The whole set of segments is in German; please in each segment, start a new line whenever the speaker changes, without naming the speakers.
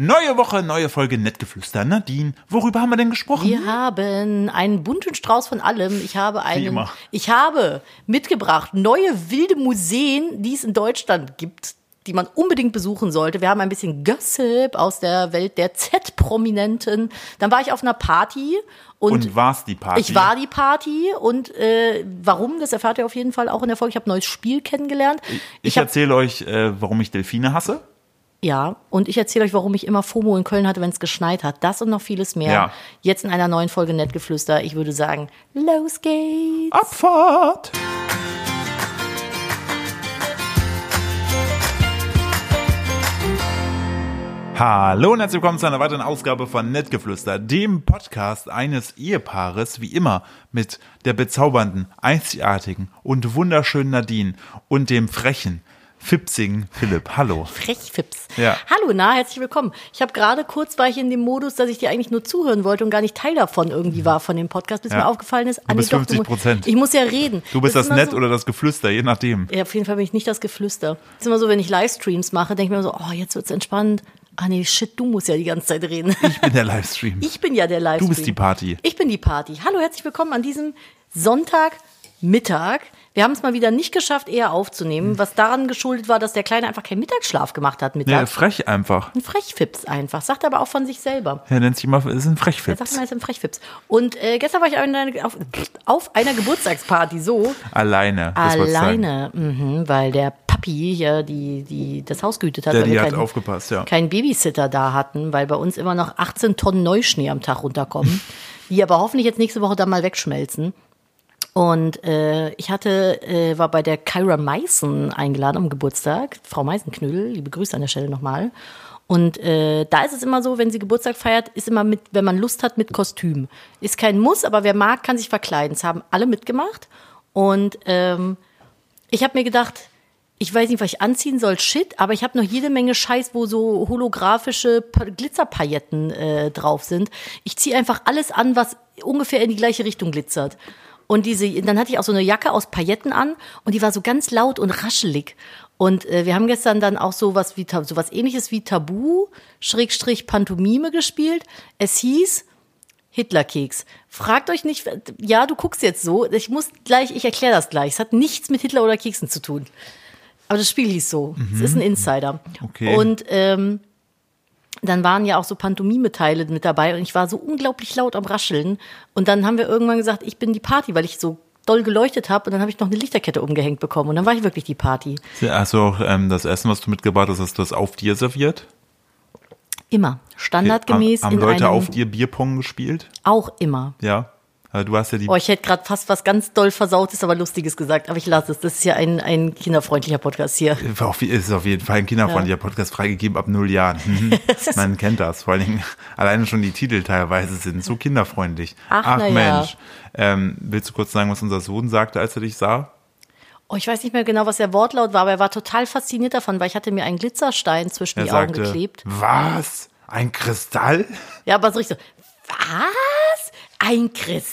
Neue Woche, neue Folge Nettgeflüster. Nadine, worüber haben wir denn gesprochen?
Wir haben einen bunten Strauß von allem. Ich habe einen.
immer.
Ich habe mitgebracht neue wilde Museen, die es in Deutschland gibt, die man unbedingt besuchen sollte. Wir haben ein bisschen Gossip aus der Welt der Z-Prominenten. Dann war ich auf einer Party und,
Und war's die Party?
ich war die Party und äh, warum, das erfahrt ihr auf jeden Fall auch in der Folge. Ich habe ein neues Spiel kennengelernt.
Ich,
hab-
erzähle euch, äh, warum ich Delfine hasse.
Ja, und ich erzähle euch, warum ich immer FOMO in Köln hatte, wenn es geschneit hat. Das und noch vieles mehr.
Ja.
Jetzt in einer neuen Folge Nettgeflüster. Ich würde sagen, los geht's.
Abfahrt! Hallo und herzlich willkommen zu einer weiteren Ausgabe von Nettgeflüster, dem Podcast eines Ehepaares, wie immer mit der bezaubernden, einzigartigen und wunderschönen Nadine und dem frechen, fipsigen Philipp. Hallo.
Frechfips.
Ja.
Hallo, na, herzlich willkommen. Ich habe gerade kurz war ich in dem Modus, dass ich dir eigentlich nur zuhören wollte und gar nicht Teil davon irgendwie war von dem Podcast, bis
Ja.
mir aufgefallen ist,
Du bist
Anni, doch, mu-
50%.
Ich muss ja reden.
Du bist das,
ist immer
Nett
so,
oder das Geflüster, je nachdem.
Ja, auf jeden Fall bin ich nicht das Geflüster. Das ist immer so, wenn ich Livestreams mache, denke ich mir immer so, oh, jetzt wird's entspannt. Ah nee, shit, du musst ja die ganze Zeit reden.
Ich bin der Livestream.
Ich bin ja der Livestream.
Du bist die Party.
Ich bin die Party. Hallo, herzlich willkommen an diesem Sonntagmittag. Wir haben es mal wieder nicht geschafft, eher aufzunehmen, was daran geschuldet war, dass der Kleine einfach keinen Mittagsschlaf gemacht hat
Hm. Nee,
mittags.
frech einfach.
Ein Frechfips einfach. Sagt er aber auch von sich selber.
Er nennt sich immer, ist ein
Er sagt
Frechfips.
immer, er ist ein Frechfips. Und äh, gestern war ich auf einer- auf, auf einer Geburtstagsparty, so.
Alleine. das wollt's sagen.
Alleine, mhm, weil der Papi hier die, die das Haus gehütet hat.
Der,
weil
die
wir
hat
keinen-
aufgepasst, ja.
Keinen Babysitter da hatten, weil bei uns immer noch 18 Tonnen Neuschnee am Tag runterkommen, die aber hoffentlich jetzt nächste Woche dann mal wegschmelzen. Und äh, ich hatte, äh, war bei der Kyra Meißen eingeladen am Geburtstag. Frau Meißenknödel, liebe Grüße an der Stelle nochmal. Und äh, da ist es immer so, wenn sie Geburtstag feiert, ist immer mit, wenn man Lust hat, mit Kostüm. Ist kein Muss, aber wer mag, kann sich verkleiden. Es haben alle mitgemacht. Und ähm, ich habe mir gedacht, ich weiß nicht, was ich anziehen soll, shit, aber ich habe noch jede Menge Scheiß, wo so holographische Pa- Glitzerpailletten äh, drauf sind. Ich ziehe einfach alles an, was ungefähr in die gleiche Richtung glitzert. Und diese, dann hatte ich auch so eine Jacke aus Pailletten an und die war so ganz laut und raschelig. Und äh, wir haben gestern dann auch sowas wie Ta- sowas ähnliches wie Tabu, Schrägstrich Pantomime gespielt. Es hieß, Hitlerkeks. Fragt euch nicht, ja, du guckst jetzt so. Ich muss gleich, ich erkläre das gleich. Es hat nichts mit Hitler oder Keksen zu tun. Aber das Spiel hieß so. Es ist ein Insider.
Mhm. Okay.
Und ähm, dann waren ja auch so Pantomime-Teile mit dabei und ich war so unglaublich laut am Rascheln. Und dann haben wir irgendwann gesagt, ich bin die Party, weil ich so doll geleuchtet habe und dann habe ich noch eine Lichterkette umgehängt bekommen und dann war ich wirklich die Party.
Hast du auch ähm, das Essen, was du mitgebracht hast, hast du das auf dir serviert?
Immer. Standardgemäß
Haben, haben
in
Leute
einem,
auf dir Bierpong gespielt?
auch immer.
Ja. Also du hast ja die.
Oh, ich hätte gerade fast was ganz doll Versautes, aber Lustiges gesagt. Aber ich lasse es. Das ist ja ein, ein kinderfreundlicher Podcast hier.
War auf- ist auf jeden Fall ein kinderfreundlicher Podcast freigegeben ab null Jahren. Mhm. Man kennt das. Vor allen Dingen alleine schon die Titel teilweise sind so kinderfreundlich.
Ach, na ja.
Mensch. Ähm, willst du kurz sagen, was unser Sohn sagte, als er dich sah?
Oh, ich weiß nicht mehr genau, was der Wortlaut war, aber er war total fasziniert davon, weil ich hatte mir einen Glitzerstein zwischen
Er
die
sagte,
Augen geklebt.
was? Ein Kristall?
Ja, aber so richtig so, was? Ein Kristall?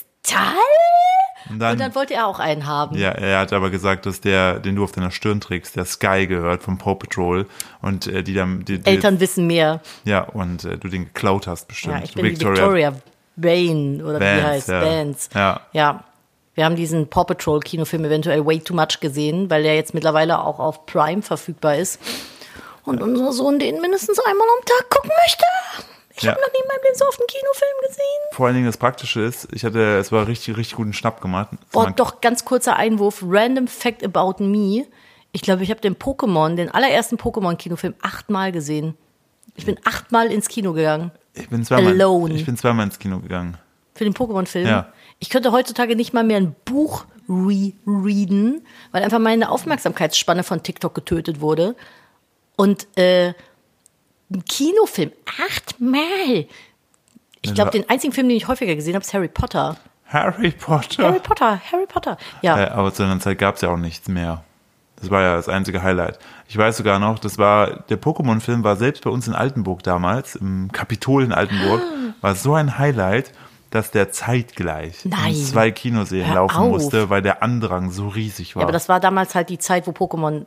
Und dann,
Und dann wollte er auch einen haben.
ja, er hat aber gesagt, dass der, den du auf deiner Stirn trägst, der Sky gehört vom Paw Patrol und äh, die dann, die, die,
Eltern wissen mehr.
ja und äh, du den geklaut hast bestimmt.
Ja, ich bin die Victoria Vane oder wie
Vance,
die heißt,
ja.
Vance.
Ja.
ja. Wir haben diesen Paw Patrol Kinofilm eventuell way too much gesehen, weil der jetzt mittlerweile auch auf Prime verfügbar ist. Und unser Sohn den mindestens einmal am Tag gucken möchte. Ich
Ja.
habe noch nie in meinem Leben so oft einen Kinofilm gesehen.
Vor allen Dingen das Praktische ist, ich hatte, es war richtig, richtig guten Schnapp gemacht.
Oh,
Man-
doch ganz kurzer Einwurf. Random Fact about me. Ich glaube, ich habe den Pokémon, den allerersten Pokémon-Kinofilm achtmal gesehen. Ich
Hm.
bin achtmal ins Kino gegangen.
Ich bin zweimal,
Alone.
ich bin zweimal ins Kino gegangen.
Für den Pokémon-Film.
Ja.
Ich könnte heutzutage nicht mal mehr ein Buch re-readen, weil einfach meine Aufmerksamkeitsspanne von TikTok getötet wurde. Und äh, ein Kinofilm achtmal. Ich glaube,
Also-
den einzigen Film, den ich häufiger gesehen habe, ist Harry Potter.
Harry Potter.
Harry Potter, Harry Potter. Ja,
Äh, aber zu einer Zeit gab es ja auch nichts mehr. Das war ja das einzige Highlight. Ich weiß sogar noch, das war, der Pokémon-Film war selbst bei uns in Altenburg damals, im Kapitol in Altenburg,
Ah.
war so ein Highlight, dass der zeitgleich
Nein.
in zwei Kinoserien
Hör
laufen
auf.
musste, weil der Andrang so riesig war.
aber das war damals halt die Zeit, wo Pokémon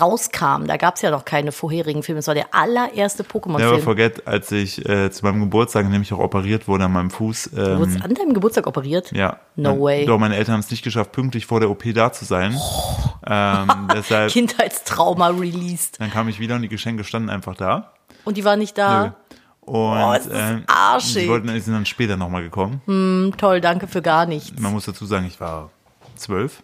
rauskam, da gab es ja noch keine vorherigen Filme, es war der allererste
Never
Pokémon-Film.
forget, als ich äh, zu meinem Geburtstag nämlich auch operiert wurde an meinem Fuß.
Du
Ähm,
wurdest an deinem Geburtstag operiert?
ja.
No
Mein-
way.
Doch, meine Eltern haben es nicht geschafft, pünktlich vor der OP da zu sein.
Oh.
Ähm, deshalb,
Kindheitstrauma released.
dann kam ich wieder und die Geschenke standen einfach da.
Und die war nicht da.
Und
Oh, es ist
ähm,
arschig.
die wollten, die sind dann später nochmal gekommen.
Hm, toll, danke für gar nichts.
Man muss dazu sagen, ich war zwölf.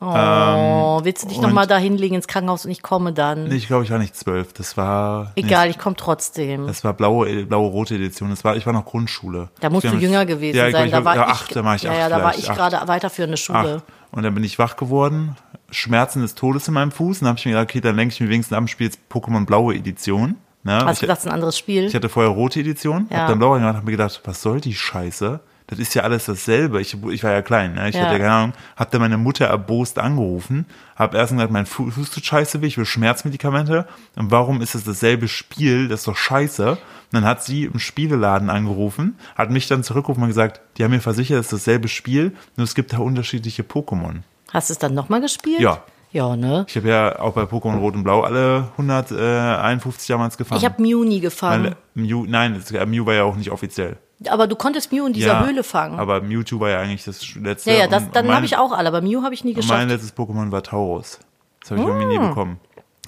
Oh, willst du dich
Ähm, und-
nochmal da hinlegen ins Krankenhaus und ich komme dann?
Nee, ich glaube, ich war nicht zwölf. Das war. nee,
Egal, ich komme trotzdem.
Das war blaue, blaue rote Edition. Das war, ich war noch Grundschule.
Da musst
Ich
du
glaub,
jünger gewesen
ja, ich
sein.
glaub,
da war
ja,
ich,
acht, da war ich
ja,
acht
ja, da war
vielleicht.
ich
Acht,
gerade weiterführende Schule.
acht. Und dann bin ich wach geworden, Schmerzen des Todes in meinem Fuß. Und dann habe ich mir gedacht, okay, dann lenke ich mir wenigstens ab und spiele jetzt Pokémon blaue Edition. Ne?
Hast du
ich,
gedacht, das ist ein anderes Spiel?
ich hatte vorher rote Edition,
Ja.
hab dann blaue gemacht, habe mir gedacht, was soll die Scheiße? Das ist ja alles dasselbe. Ich, ich war ja klein, ne? ich
Ja.
hatte ja keine Ahnung. Hab dann meine Mutter erbost angerufen, hab erst gesagt, mein Fu- Fuß tut scheiße weh, ich will Schmerzmedikamente. Und warum ist es dasselbe Spiel? Das ist doch scheiße. Und dann hat sie im Spieleladen angerufen, hat mich dann zurückgerufen und gesagt, die haben mir versichert, es ist dasselbe Spiel, nur es gibt da unterschiedliche Pokémon.
Hast du es dann nochmal gespielt?
Ja.
Ja, ne?
Ich habe ja auch bei Pokémon Rot und Blau alle 151 damals gefangen.
Ich habe Mew nie
Weil äh,
gefangen.
Mew, nein, das- Mew war ja auch nicht offiziell.
aber du konntest Mew in dieser
ja,
Höhle fangen.
Aber Mewtwo war ja eigentlich das letzte.
ja, ja,
und-
das,
und
dann
mein-
habe ich auch alle, aber Mew habe ich nie
und Mein
geschafft. Hm.
letztes Pokémon war Taurus. Das habe ich irgendwie nie bekommen.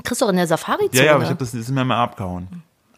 Kriegst du auch in der Safari-Zone.
Ja, ja, aber ich habe das, das ist mir mal abgehauen.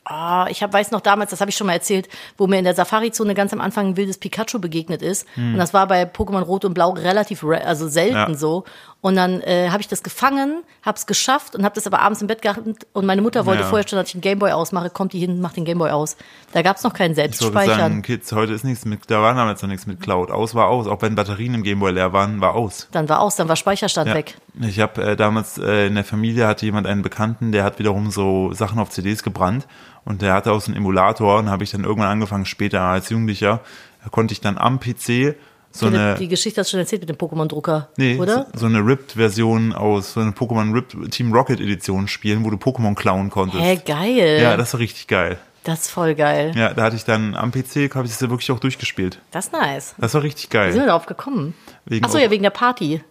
Ah, ich hab, weiß noch damals, das habe ich schon mal erzählt, wo mir in der Safari-Zone ganz am Anfang ein wildes Pikachu begegnet ist. Und das war bei Pokémon Rot und Blau relativ ra- also selten
Hm. Ja.
so. Und dann äh, habe ich das gefangen, habe es geschafft und habe das aber abends im Bett gehabt. Und meine Mutter wollte
Ja.
vorher schon, dass ich den Gameboy ausmache. Kommt die hin, macht den Gameboy aus. Da gab es noch kein
Ich wollte sagen,
Selbstspeichern.
Kids, heute ist nichts mit, da war damals noch nichts mit Cloud. Aus war aus. Auch wenn Batterien im Gameboy leer waren, war aus.
Dann war aus, dann war Speicherstand
Ja.
weg.
Ich habe äh, damals äh, in der Familie hatte jemand einen Bekannten, der hat wiederum so Sachen auf CDs gebrannt und der hatte auch so einen Emulator und habe ich dann irgendwann angefangen später als Jugendlicher da konnte ich dann am PC so eine
die Geschichte hast du schon erzählt mit dem Pokémon-Drucker,
nee,
oder?
so so eine Ripped-Version aus so eine Pokémon Ripped Team Rocket Edition spielen, wo du Pokémon klauen konntest.
Hä, geil.
Ja, das war richtig geil.
das ist voll geil.
Ja, da hatte ich dann am PC habe ich das ja wirklich auch durchgespielt.
Das ist nice.
Das war richtig geil.
Wie sind wir darauf gekommen?
Wegen-
Achso, ja, wegen der Party.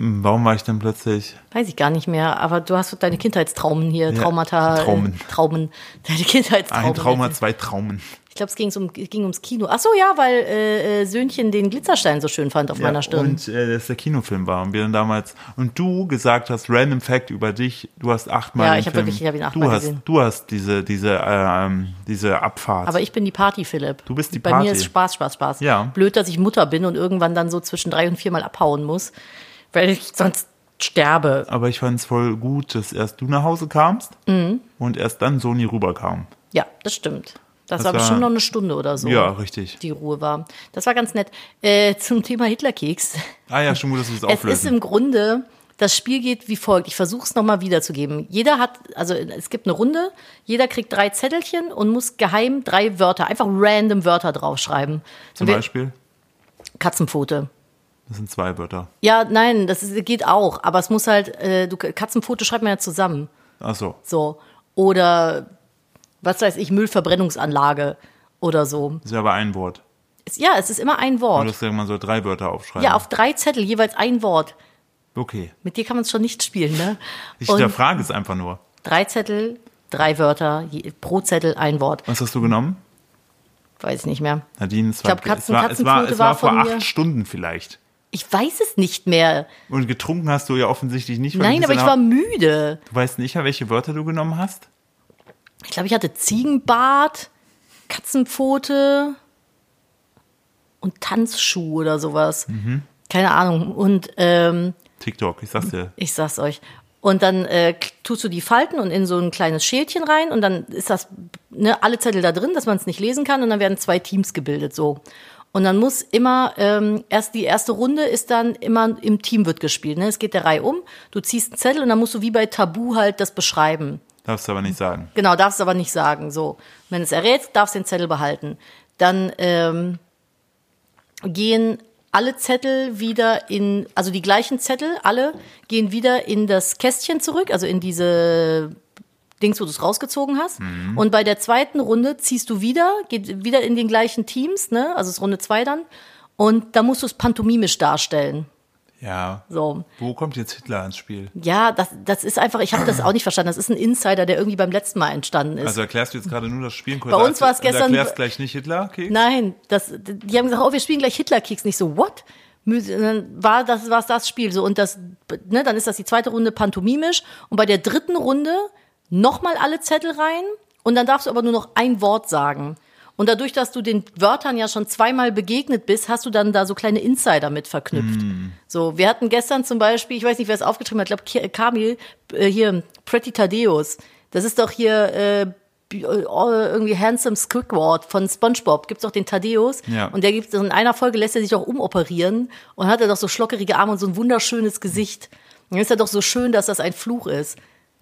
Warum war ich dann plötzlich
Weiß ich gar nicht mehr, aber du hast deine Kindheitstraumen hier, Traumata. äh,
Traumen.
Traumen. Deine Kindheitstraumen.
ein Trauma, zwei Traumen?
Ich glaube, es ging, um, es ging ums Kino. Ach so, ja, weil äh, äh, Söhnchen den Glitzerstein so schön fand auf meiner Stirn.
Und äh, dass der Kinofilm war und wir dann damals und du gesagt hast, random Fact über dich, du hast achtmal
Ja,
den
ich hab
Film-
wirklich- ich hab ihn achtmal
du hast,
gesehen.
Du hast diese diese ähm, diese Abfahrt.
aber ich bin die Party, Philipp.
Du bist die
Bei
Party.
mir ist Spaß, Spaß, Spaß.
Ja.
Blöd, dass ich Mutter bin und irgendwann dann so zwischen drei und viermal abhauen muss, weil ich sonst sterbe.
aber ich fand es voll gut, dass erst du nach Hause kamst
Mhm.
und erst dann Sony rüberkam.
Ja, das stimmt. Das,
Das
war
war-
bestimmt noch eine Stunde oder so.
Ja, richtig.
Die Ruhe war. Das war ganz nett. Äh, zum Thema Hitlerkeks.
Ah ja, schon gut, dass du es
Es ist
auflösen.
im Grunde, das Spiel geht wie folgt. Ich versuche es nochmal wiederzugeben. Jeder hat, also es gibt eine Runde, jeder kriegt drei Zettelchen und muss geheim drei Wörter, einfach random Wörter draufschreiben.
Zum
Wir-
Beispiel,
Katzenpfote.
das sind zwei Wörter.
Ja, nein, das ist, geht auch, aber es muss halt, äh, du, Katzenpfote schreibt man ja zusammen.
Ach so.
So. Oder was weiß ich, Müllverbrennungsanlage oder so.
Das ist ja aber ein Wort.
Es- Ja, es ist immer ein
Du
Wort.
hast gesagt, man soll drei Wörter aufschreiben.
Ja, auf drei Zettel jeweils ein Wort.
okay.
Mit dir kann man es schon nicht spielen, ne?
Ich
Und
hinterfrage es einfach nur.
drei Zettel, drei Wörter, je, pro Zettel ein Wort.
Was hast du genommen?
Weiß ich nicht mehr.
Nadine, es
Ich glaub,
war, es
Katzen-
war, es war,
Katzenpfote
es war
war
vor
von mir.
acht Stunden vielleicht.
Ich weiß es nicht mehr.
Und getrunken hast du ja offensichtlich nicht. weil du
Nein,
bist
aber ich
ja
war
nach-
müde.
Du weißt nicht, welche Wörter du genommen hast?
Ich glaube, ich hatte Ziegenbart, Katzenpfote und Tanzschuh oder sowas. Keine Ahnung. Und ähm,
TikTok, ich sag's dir.
Ich sag's euch. Und dann äh, k- tust du die Falten und in so ein kleines Schälchen rein und dann ist das ne, alle Zettel da drin, dass man es nicht lesen kann und dann werden zwei Teams gebildet so. Und dann muss immer ähm, erst die erste Runde ist dann immer im Team wird gespielt. Ne? Es geht der Reihe um. Du ziehst einen Zettel und dann musst du wie bei Tabu halt das beschreiben.
Darfst du aber nicht sagen.
Genau, darfst aber nicht sagen. So, wenn du es errätst, darfst du den Zettel behalten. Dann ähm, gehen alle Zettel wieder in, also die gleichen Zettel, alle gehen wieder in das Kästchen zurück, also in diese Dings, wo du es rausgezogen hast. Und bei der zweiten Runde ziehst du wieder, geht wieder in den gleichen Teams, ne? Also es ist Runde zwei dann. Und da musst du es pantomimisch darstellen.
Ja.
So.
Wo kommt jetzt Hitler ins Spiel?
Ja, das, das ist einfach, ich habe das auch nicht verstanden. Das ist ein Insider, der irgendwie beim letzten Mal entstanden ist.
Also erklärst du jetzt gerade nur das Spielen
Bei uns war es gestern-
Du erklärst gleich nicht Hitler, okay?
Nein, das, die haben gesagt, oh, wir spielen gleich Hitlerkeks. Nicht so, what? Müs- und Dann war das, war's das Spiel so. Und das, ne, dann ist das die zweite Runde pantomimisch. Und bei der dritten Runde nochmal alle Zettel rein. Und dann darfst du aber nur noch ein Wort sagen. Und dadurch, dass du den Wörtern ja schon zweimal begegnet bist, hast du dann da so kleine Insider mit verknüpft. So, wir hatten gestern zum Beispiel, ich weiß nicht, wer es aufgetrieben hat, ich glaube Kamil, äh, hier, Pretty Tadeus. Das ist doch hier äh, bi- äh, irgendwie Handsome Squidward von SpongeBob. Gibt's doch den Tadeus.
Ja.
Und der gibt in einer Folge lässt er sich auch umoperieren und hat er doch so schlockerige Arme und so ein wunderschönes Gesicht. Und Dann ist er doch so schön, dass das ein Fluch ist.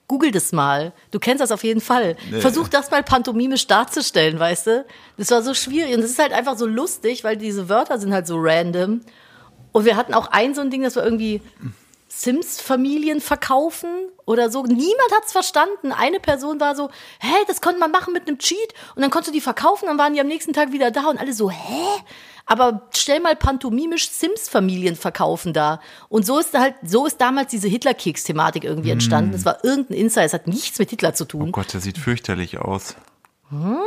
Google das mal. Du kennst das auf jeden Fall.
Nee.
Versuch das mal pantomimisch darzustellen, weißt du? Das war so schwierig und das ist halt einfach so lustig, weil diese Wörter sind halt so random. Und wir hatten auch ein so ein Ding, das war irgendwie Sims-Familien verkaufen oder so. Niemand hat's verstanden. Eine Person war so, hä, das konnte man machen mit einem Cheat und dann konntest du die verkaufen, dann waren die am nächsten Tag wieder da und alle so, hä? Aber stell mal pantomimisch Sims-Familien verkaufen da. Und so ist halt, so ist damals diese Hitler-Keks-Thematik irgendwie entstanden. Es war irgendein Insider, es hat nichts mit Hitler zu tun.
Oh Gott, der sieht fürchterlich aus. Hm?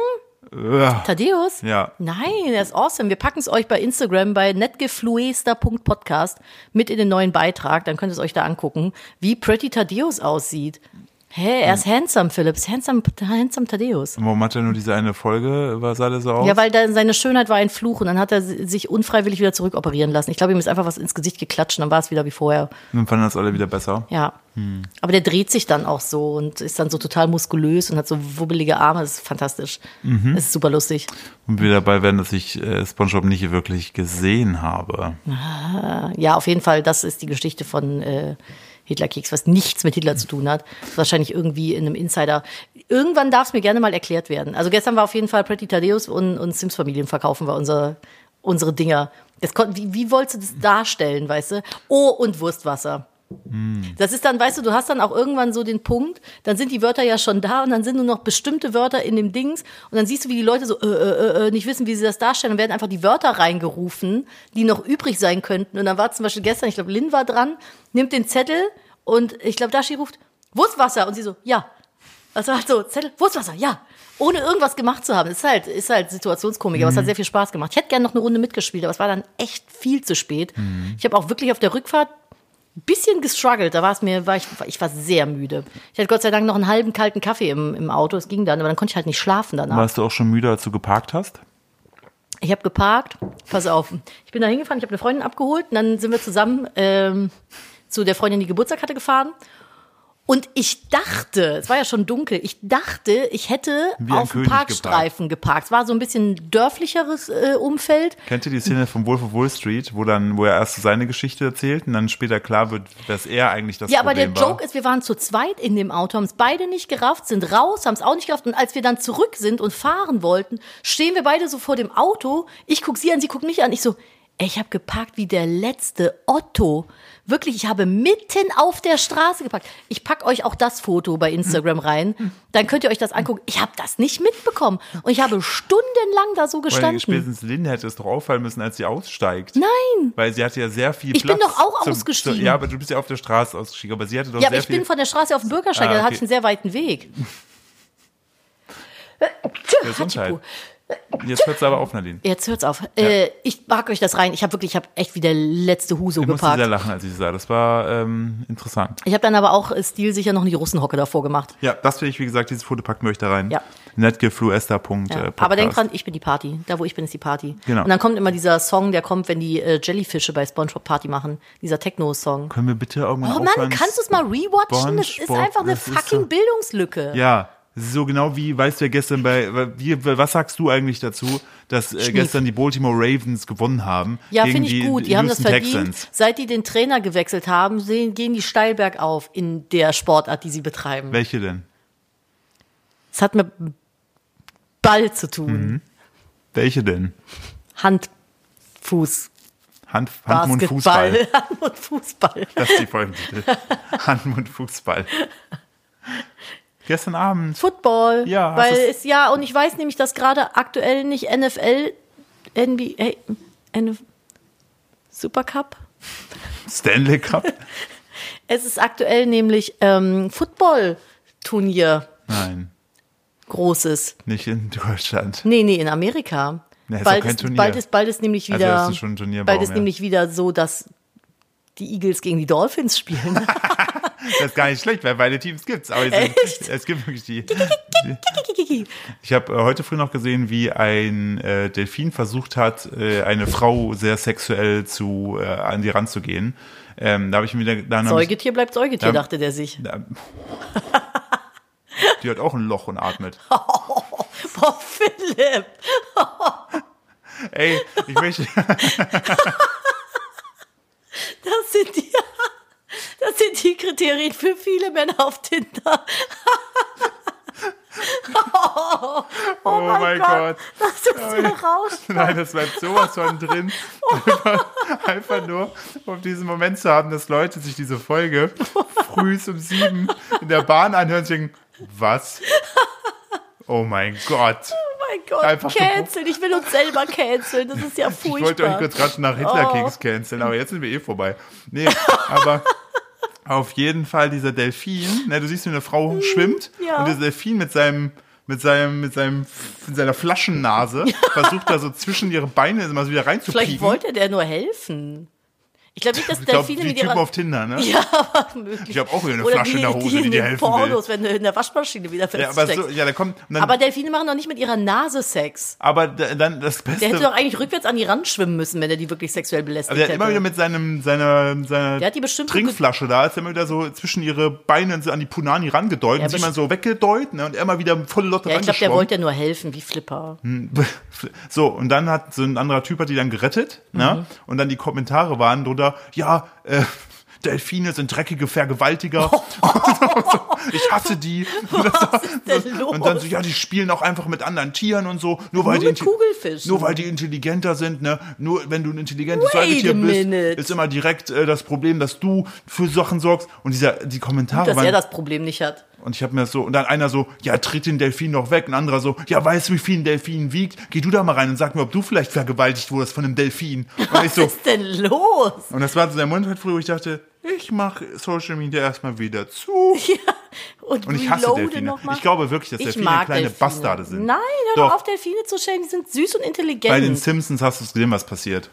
Ja.
Tadeus?
Ja.
Nein, das ist awesome. Wir packen es euch bei Instagram bei netgefluester.podcast mit in den neuen Beitrag. Dann könnt ihr es euch da angucken, wie Pretty Tadeus aussieht. Hä, hey, er ist handsome, Philips. Handsome, handsome Tadeus.
Warum hat er nur diese eine Folge? Was sah der so aus?
Ja, weil da seine Schönheit war ein Fluch und dann hat er si- sich unfreiwillig wieder zurückoperieren lassen. Ich glaube, ihm ist einfach was ins Gesicht geklatscht und dann war es wieder wie vorher.
Dann fanden das alle wieder besser.
Ja. Aber der dreht sich dann auch so und ist dann so total muskulös und hat so wubbelige Arme. Das ist fantastisch. Das ist super lustig.
Und wir dabei werden, dass ich äh, Spongebob nicht wirklich gesehen habe.
Ja, auf jeden Fall, das ist die Geschichte von äh, Hitlerkeks, was nichts mit Hitler zu tun hat. Wahrscheinlich irgendwie in einem Insider. Irgendwann darf es mir gerne mal erklärt werden. Also gestern war auf jeden Fall Pretty Tadeus und, und Sims Familien verkaufen war unser, unsere Dinger. Das kon- wie, wie wolltest du das darstellen, weißt du? Oh, und Wurstwasser. Das ist dann, weißt du, du hast dann auch irgendwann so den Punkt, dann sind die Wörter ja schon da und dann sind nur noch bestimmte Wörter in dem Dings und dann siehst du, wie die Leute so äh, äh, äh, äh, nicht wissen, wie sie das darstellen und werden einfach die Wörter reingerufen, die noch übrig sein könnten. Und dann war zum Beispiel gestern, ich glaube, Lynn war dran, nimmt den Zettel und ich glaube, Dashi ruft, Wurstwasser und sie so, ja. Also halt so, Zettel, Wurstwasser, ja. Ohne irgendwas gemacht zu haben. Ist halt, ist halt Situationskomik, aber es hat sehr viel Spaß gemacht. Ich hätte gerne noch eine Runde mitgespielt, aber es war dann echt viel zu spät. Ich habe auch wirklich auf der Rückfahrt bisschen gestruggelt. Da war es mir, war ich, ich war sehr müde. Ich hatte Gott sei Dank noch einen halben kalten Kaffee im, im Auto. Es ging dann, aber dann konnte ich halt nicht schlafen danach.
Warst du auch schon müde, als du geparkt hast?
Ich habe geparkt. Pass auf. Ich bin da hingefahren, ich habe eine Freundin abgeholt und dann sind wir zusammen ähm, zu der Freundin, die Geburtstag hatte, gefahren. Und ich dachte, es war ja schon dunkel, ich dachte, ich hätte
Wie ein
auf dem
König
Parkstreifen geparkt. Es war so ein bisschen dörflicheres äh, Umfeld.
Kennt ihr die Szene von Wolf of Wall Street, wo dann, wo er erst so seine Geschichte erzählt und dann später klar wird, dass er eigentlich das
Ja, aber der
Problem war?
Joke ist, wir waren zu zweit in dem Auto, haben es beide nicht gerafft, sind raus, haben es auch nicht gerafft. Und als wir dann zurück sind und fahren wollten, stehen wir beide so vor dem Auto. Ich guck sie an, sie guckt mich an. Ich so, ey, ich habe geparkt wie der letzte Otto. Wirklich, ich habe mitten auf der Straße geparkt. Ich pack euch auch das Foto bei
Hm.
Instagram rein. Dann könnt ihr euch das angucken. Ich habe das nicht mitbekommen. Und ich habe stundenlang da so
Weil die
gestanden.
spätestens Lynn hätte es doch auffallen müssen, als sie aussteigt.
Nein.
Weil sie hatte ja sehr viel
Ich bin
Platz.
doch auch ausgestiegen.
ja, aber du bist ja auf der Straße ausgestiegen, aber sie hatte doch
Ja, aber
sehr
ich
viel.
bin von der Straße auf den Bürgersteig,
Ah,
da hatte
okay.
ich einen sehr weiten Weg.
Gesundheit.
Hatschipu.
Jetzt hört es aber auf, Nadine.
Jetzt hört's auf. Äh, ich pack euch das rein. Ich habe wirklich, ich habe echt wie der letzte Huso
Ich musste sehr
geparkt.
lachen, als ich sie sah. Das war ähm, interessant.
Ich habe dann aber auch äh, stilsicher noch die Russenhocke davor gemacht.
Ja, das will ich, wie gesagt, dieses Foto packen wir euch da rein. äh,
Ja.
Netgefluester.podcast.
Ja. aber denk dran, ich bin die Party. Da, wo ich bin, ist die Party.
Genau.
Und dann kommt immer dieser Song, der kommt, wenn die äh, Jellyfische bei SpongeBob Party machen. Dieser Techno-Song.
Können wir bitte irgendwann
Oh Mann,
aufhören?
kannst du es mal rewatchen? Das ist
SpongeBob,
einfach eine
das ist
fucking
so-
Bildungslücke.
Ja, es ist so genau wie, weißt du ja gestern bei, wie, was sagst du eigentlich dazu, dass äh, gestern die Baltimore Ravens gewonnen haben?
Ja,
gegen
finde ich
die
gut. Die
Houston
haben das verdient.
Texans.
Seit die den Trainer gewechselt haben, sehen, gehen die steil bergauf in der Sportart, die sie betreiben.
Welche denn?
Es hat mit Ball zu tun.
Welche denn?
Hand, Fuß,
Hand, Hand Mund, Fußball.
Basketball, Hand und Fußball.
Das ist die Folgentitel. Hand, Mund, Fußball. Gestern Abend.
Football.
Ja,
weil
hast du's-
es ja und ich weiß nämlich, dass gerade aktuell nicht NFL, NBA, NFL, Supercup
Stanley Cup?
Es ist aktuell nämlich ähm, Football-Turnier,
Nein,
großes.
nicht in Deutschland.
Nee, nee, in Amerika.
Ja, ist doch
bald,
kein
ist,
Turnier.
bald, ist, bald ist nämlich
Also,
wieder,
das ist schon ein Turnierbaum,
bald ist
ja.
nämlich wieder so, dass die Eagles gegen die Dolphins spielen.
Das ist gar nicht schlecht, weil beide Teams gibt's. Aber es, sind, es gibt wirklich die. Ich habe äh, heute früh noch gesehen, wie ein äh, Delfin versucht hat, äh, eine Frau sehr sexuell zu äh, an sie ranzugehen. Ähm, da habe ich mir wieder dann hab ich,
Säugetier bleibt Säugetier,
Ja.
dachte der sich.
da, die hat auch ein Loch und atmet.
Boah, Philipp.
Ey, ich möchte
Das sind die, das sind die Kriterien für viele Männer auf Tinder. Oh, mein, Gott. Das ist mir raus.
Nein, das bleibt sowas von drin. Einfach, einfach nur, um diesen Moment zu haben, dass Leute sich diese Folge früh um sieben in der Bahn anhören und denken, was? Oh mein Gott.
Oh mein Gott,
Einfach so-
canceln. Ich will uns selber canceln. Das ist ja
Ich wollte euch
furchtbar. Oh.
kurz gerade nach Hitler-Kings canceln, aber jetzt sind wir eh vorbei. Nee, aber auf jeden Fall dieser Delfin, ne, du siehst, wie eine Frau schwimmt
Mhm. ja.
und dieser Delfin mit seinem mit seinem, mit seinem, mit seiner Flaschennase versucht da so zwischen ihre Beine immer so wieder reinzupieken.
Vielleicht wollte der nur helfen. Ich glaube nicht, dass
Ich glaube,
Delfine
die
mit
Typen
ihrer...
auf Tinder, ne?
Ja, aber möglich.
Ich habe auch hier eine
Oder
Flasche in der Hose, die,
in
dir
den
helfen will.
Pornos, wenn du in der Waschmaschine wieder
Ja, aber
feststeckst.
so, ja, da kommt. Und dann,
aber
aber
Delfine machen doch nicht mit ihrer Nase Sex.
da- dann das Beste.
Der hätte doch
Aber
eigentlich rückwärts an die Rand schwimmen müssen, wenn er die wirklich sexuell belästigt
Also der hat
hätte.
immer wieder mit seinem, seiner, seiner
Der hat die bestimmt
Trinkflasche da, ist immer wieder so zwischen ihre Beine so an die Punani rangedeutet,
Ja,
und sie
best-
immer so weggedeut, ne, und er immer wieder volle Lotte
ja, ich glaube, der
reingeschwommen. Hm.
wollte ja nur helfen, wie Flipper.
So, und dann hat so ein anderer Typ hat die dann gerettet, ne,
Mhm.
und dann die Kommentare waren drunter, ja, äh, Delfine sind dreckige Vergewaltiger. ich hasse die.
Was ist denn los?
Und dann so, ja, die spielen auch einfach mit anderen Tieren und so, nur weil
Nur
die
mit
intelli-
Kugelfischen.
nur weil die intelligenter sind, ne? Nur wenn du ein intelligentes
Wait
Säugetier
a
bist,
minute.
ist immer direkt äh, das Problem, dass du für Sachen sorgst und dieser die Kommentare
dass er
waren
das Problem nicht hat.
und ich habe mir das so und dann einer so, ja, tritt den Delfin doch weg, ein anderer so, ja, weißt du, wie viel ein Delfin wiegt? Geh du da mal rein und sag mir, ob du vielleicht vergewaltigt wurdest von einem Delfin. Und ich
Was
so
ist denn los?
und das war so der Moment heute früh, wo ich dachte, ich mache Social Media erstmal wieder zu.
Ja. Und,
Und ich hasse
reloade
Delfine.
noch mal.
Ich glaube wirklich, dass
Ich
Delfine
mag
kleine
Delfine.
Bastarde sind.
Nein, hör doch
Doch.
auf, Delfine zu schämen. Die sind süß und
Bei den
intelligent.
Simpsons hast du es gesehen, was passiert.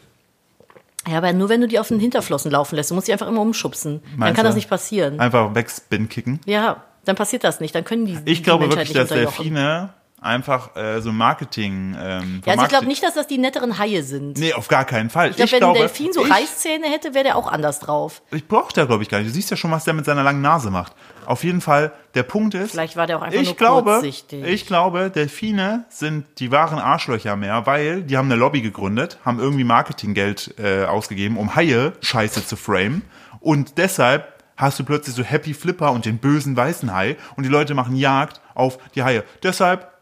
Ja, aber nur wenn du die auf den Hinterflossen laufen lässt. Du musst die einfach immer umschubsen. dann
Meinst
kann das
du?
nicht passieren.
Einfach wegspin kicken.
Ja, dann passiert das nicht. Dann können die
Ich
die
glaube
Menschheit
wirklich, dass
nicht unterjochen.
Delfine einfach äh, so Marketing. Ähm,
Ja, also ich
vermarktet-
glaube nicht, dass das die netteren Haie sind.
Nee, auf gar keinen Fall. Ich
Ich glaube, wenn
glaube,
ein Delfin so
ich,
Reißzähne hätte, wäre der auch anders drauf.
Ich brauche da, glaube ich, gar nicht. Du siehst ja schon, was der mit seiner langen Nase macht. Auf jeden Fall, der Punkt ist.
Vielleicht war der auch einfach
ich
nur
glaube,
kurzsichtig.
Ich glaube, Delfine sind die wahren Arschlöcher mehr, weil die haben eine Lobby gegründet, haben irgendwie Marketinggeld äh, ausgegeben, um Haie scheiße zu framen. Und deshalb hast du plötzlich so Happy Flipper und den bösen weißen Hai und die Leute machen Jagd auf die Haie. Deshalb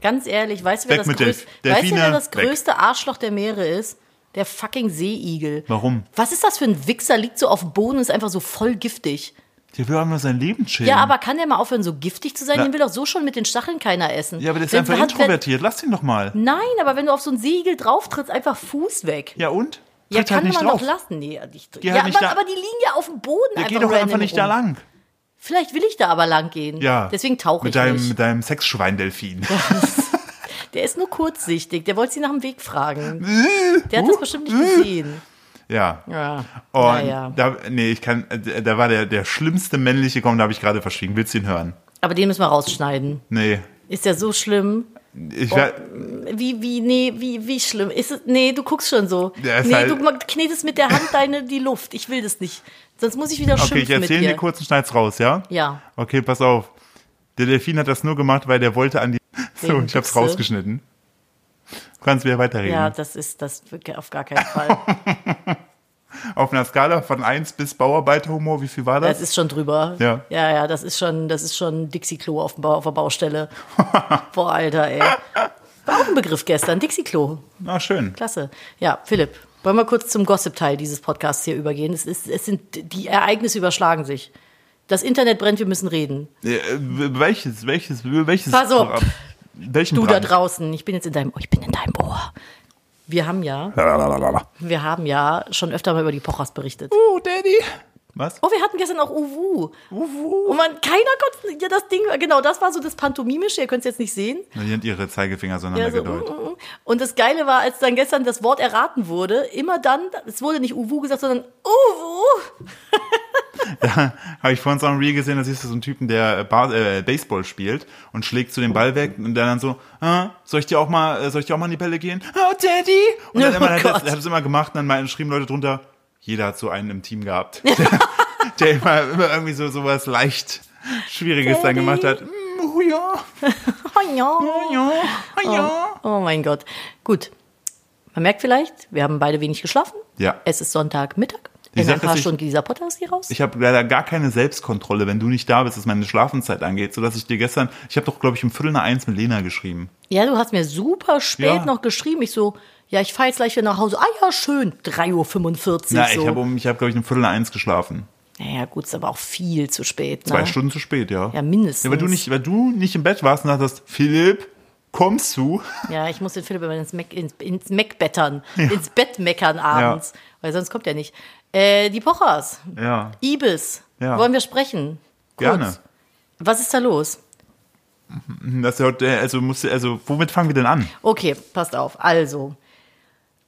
Ganz ehrlich, weißt du, wer,
Weg
das,
mit
größ
Delf-
weißt du,
Delfine,
wer das
weg.
größte Arschloch der Meere ist? Der fucking Seeigel.
Warum?
Was ist das für ein Wichser? Liegt so auf dem Boden und ist einfach so voll giftig.
der will auch nur sein Leben chillen.
Ja, aber kann der mal aufhören, so giftig zu sein?
Na-
Den will doch so schon mit den Stacheln keiner essen.
ja, aber der ist
Wenn-
einfach
hat- wenn-
introvertiert. Lass ihn doch mal.
Nein, aber wenn du auf so einen Seeigel drauftrittst, einfach Fuß weg.
Ja und? Tritt
Ja,
halt
kann
nicht
man
drauf.
doch lassen. Nee, nicht,
Geh
ja,
halt
aber,
nicht da-
aber die liegen ja auf dem Boden
Ja,
einfach
geh doch
random um.
einfach nicht
rum.
da lang.
Vielleicht will ich da aber lang gehen.
Ja.
Deswegen tauche ich
mit deinem,
nicht.
mit deinem Sexschweindelfin.
Der ist nur kurzsichtig. Der wollte sie nach dem Weg fragen. Der hat das bestimmt nicht gesehen.
Ja.
Ja.
Äh, uh, Und
naja.
da, nee, ich kann, äh, da war der, der schlimmste männliche Kommentar, habe ich gerade verschwiegen. Willst du ihn hören?
Aber den müssen wir rausschneiden.
Nee.
Ist ja so schlimm.
Ich
Oh,
werd-
Wie, wie, nee, wie, wie schlimm. Ist es, nee, du guckst schon so.
Der ist
nee,
halt-
du ma- knetest mit der Hand deine die Luft. Ich will das nicht. Sonst muss ich wieder
okay, ich
schimpfen mit
erzähle
dir.
dir kurz und schneid's raus, ja?
Ja.
Okay, pass auf. Der Delfin hat das nur gemacht, weil der wollte an die. So,
Wegen
ich hab's
Büchse.
rausgeschnitten. Du kannst wieder weiterreden.
ja, das ist das wirklich auf gar keinen Fall.
Auf einer Skala von 1 bis Bauarbeiterhumor, wie viel war das?
Das ist schon drüber.
Ja.
Ja, ja, das ist schon, das ist schon Dixie-Klo auf, dem Bau- auf der Baustelle. Boah, Alter, ey. War auch ein Begriff gestern, Dixie-Klo.
Na, schön.
Klasse. Ja, Philipp, wollen wir kurz zum Gossip-Teil dieses Podcasts hier übergehen? Es, ist, es sind, die Ereignisse überschlagen sich. Das Internet brennt, wir müssen reden.
Äh, welches, welches, welches?
Pass auf.
Welchen
Du da
Brand?
draußen, ich bin jetzt in deinem, oh, ich bin in deinem Ohr. Wir haben ja,
Lalalala.
wir haben ja schon öfter mal über die Pochers berichtet.
Uh, Daddy. Was?
Oh, wir hatten gestern auch Uwu.
Uwu.
Und man, keiner konnte, ja, das Ding, genau, das war so das Pantomimische, ihr könnt es jetzt nicht sehen.
Die haben ihre Zeigefinger
Ja, so,
auseinandergedeutet.
mm, mm, mm. Und das Geile war, als dann gestern das Wort erraten wurde, immer dann, es wurde nicht Uwu gesagt, sondern Uwu.
Habe ich vorhin so ein Reel gesehen, da siehst du so einen Typen, der äh, Bas äh, Baseball spielt und schlägt zu den Ball weg und der dann so, ah, soll ich dir auch mal, äh, soll ich dir auch mal in die Bälle gehen? Oh, Daddy! Und dann
Oh
immer, hat
Gott.
das- hat es immer gemacht und dann meinten- schrieben Leute drunter, jeder hat so einen im Team gehabt. Der, der immer, immer irgendwie so sowas leicht Schwieriges dann
Daddy.
gemacht hat. Mm, oh ja,
Oh, ja.
oh ja, oh ja.
Oh mein Gott. Gut. Man merkt vielleicht, wir haben beide wenig geschlafen.
Ja.
Es ist Sonntagmittag.
Ich
In
sag,
ein
dass
paar
ich-
Stunden geht dieser Podcast hier raus.
Ich habe leider gar keine Selbstkontrolle, wenn du nicht da bist, was meine Schlafenszeit angeht, sodass ich dir gestern, ich habe doch, glaube ich, um Viertel nach eins mit Lena geschrieben.
Ja, du hast mir super spät
Ja.
noch geschrieben. Ich so, ja, ich fahre jetzt gleich wieder nach Hause. Ah ja, schön. 3.45 Uhr.
Na, ich
so.
habe, um, ich hab, glaube ich, um Viertel nach eins geschlafen.
Naja, gut, ist aber auch viel zu spät.
Zwei
ne?
Stunden zu spät, ja.
Ja, mindestens.
Ja, weil du nicht, weil du nicht im Bett warst und dachtest, Philipp, kommst du?
Ja, ich muss den Philipp immer ins Meck, ins, ins Meck bettern, ins Bett meckern abends, weil sonst kommt er nicht. Äh, die Pochers,
Ja.
Ibis,
Ja.
wollen wir sprechen?
Gerne.
Was ist da los?
Das, ist ja- also, musst, du- also, womit fangen wir denn an?
Okay, passt auf. Also,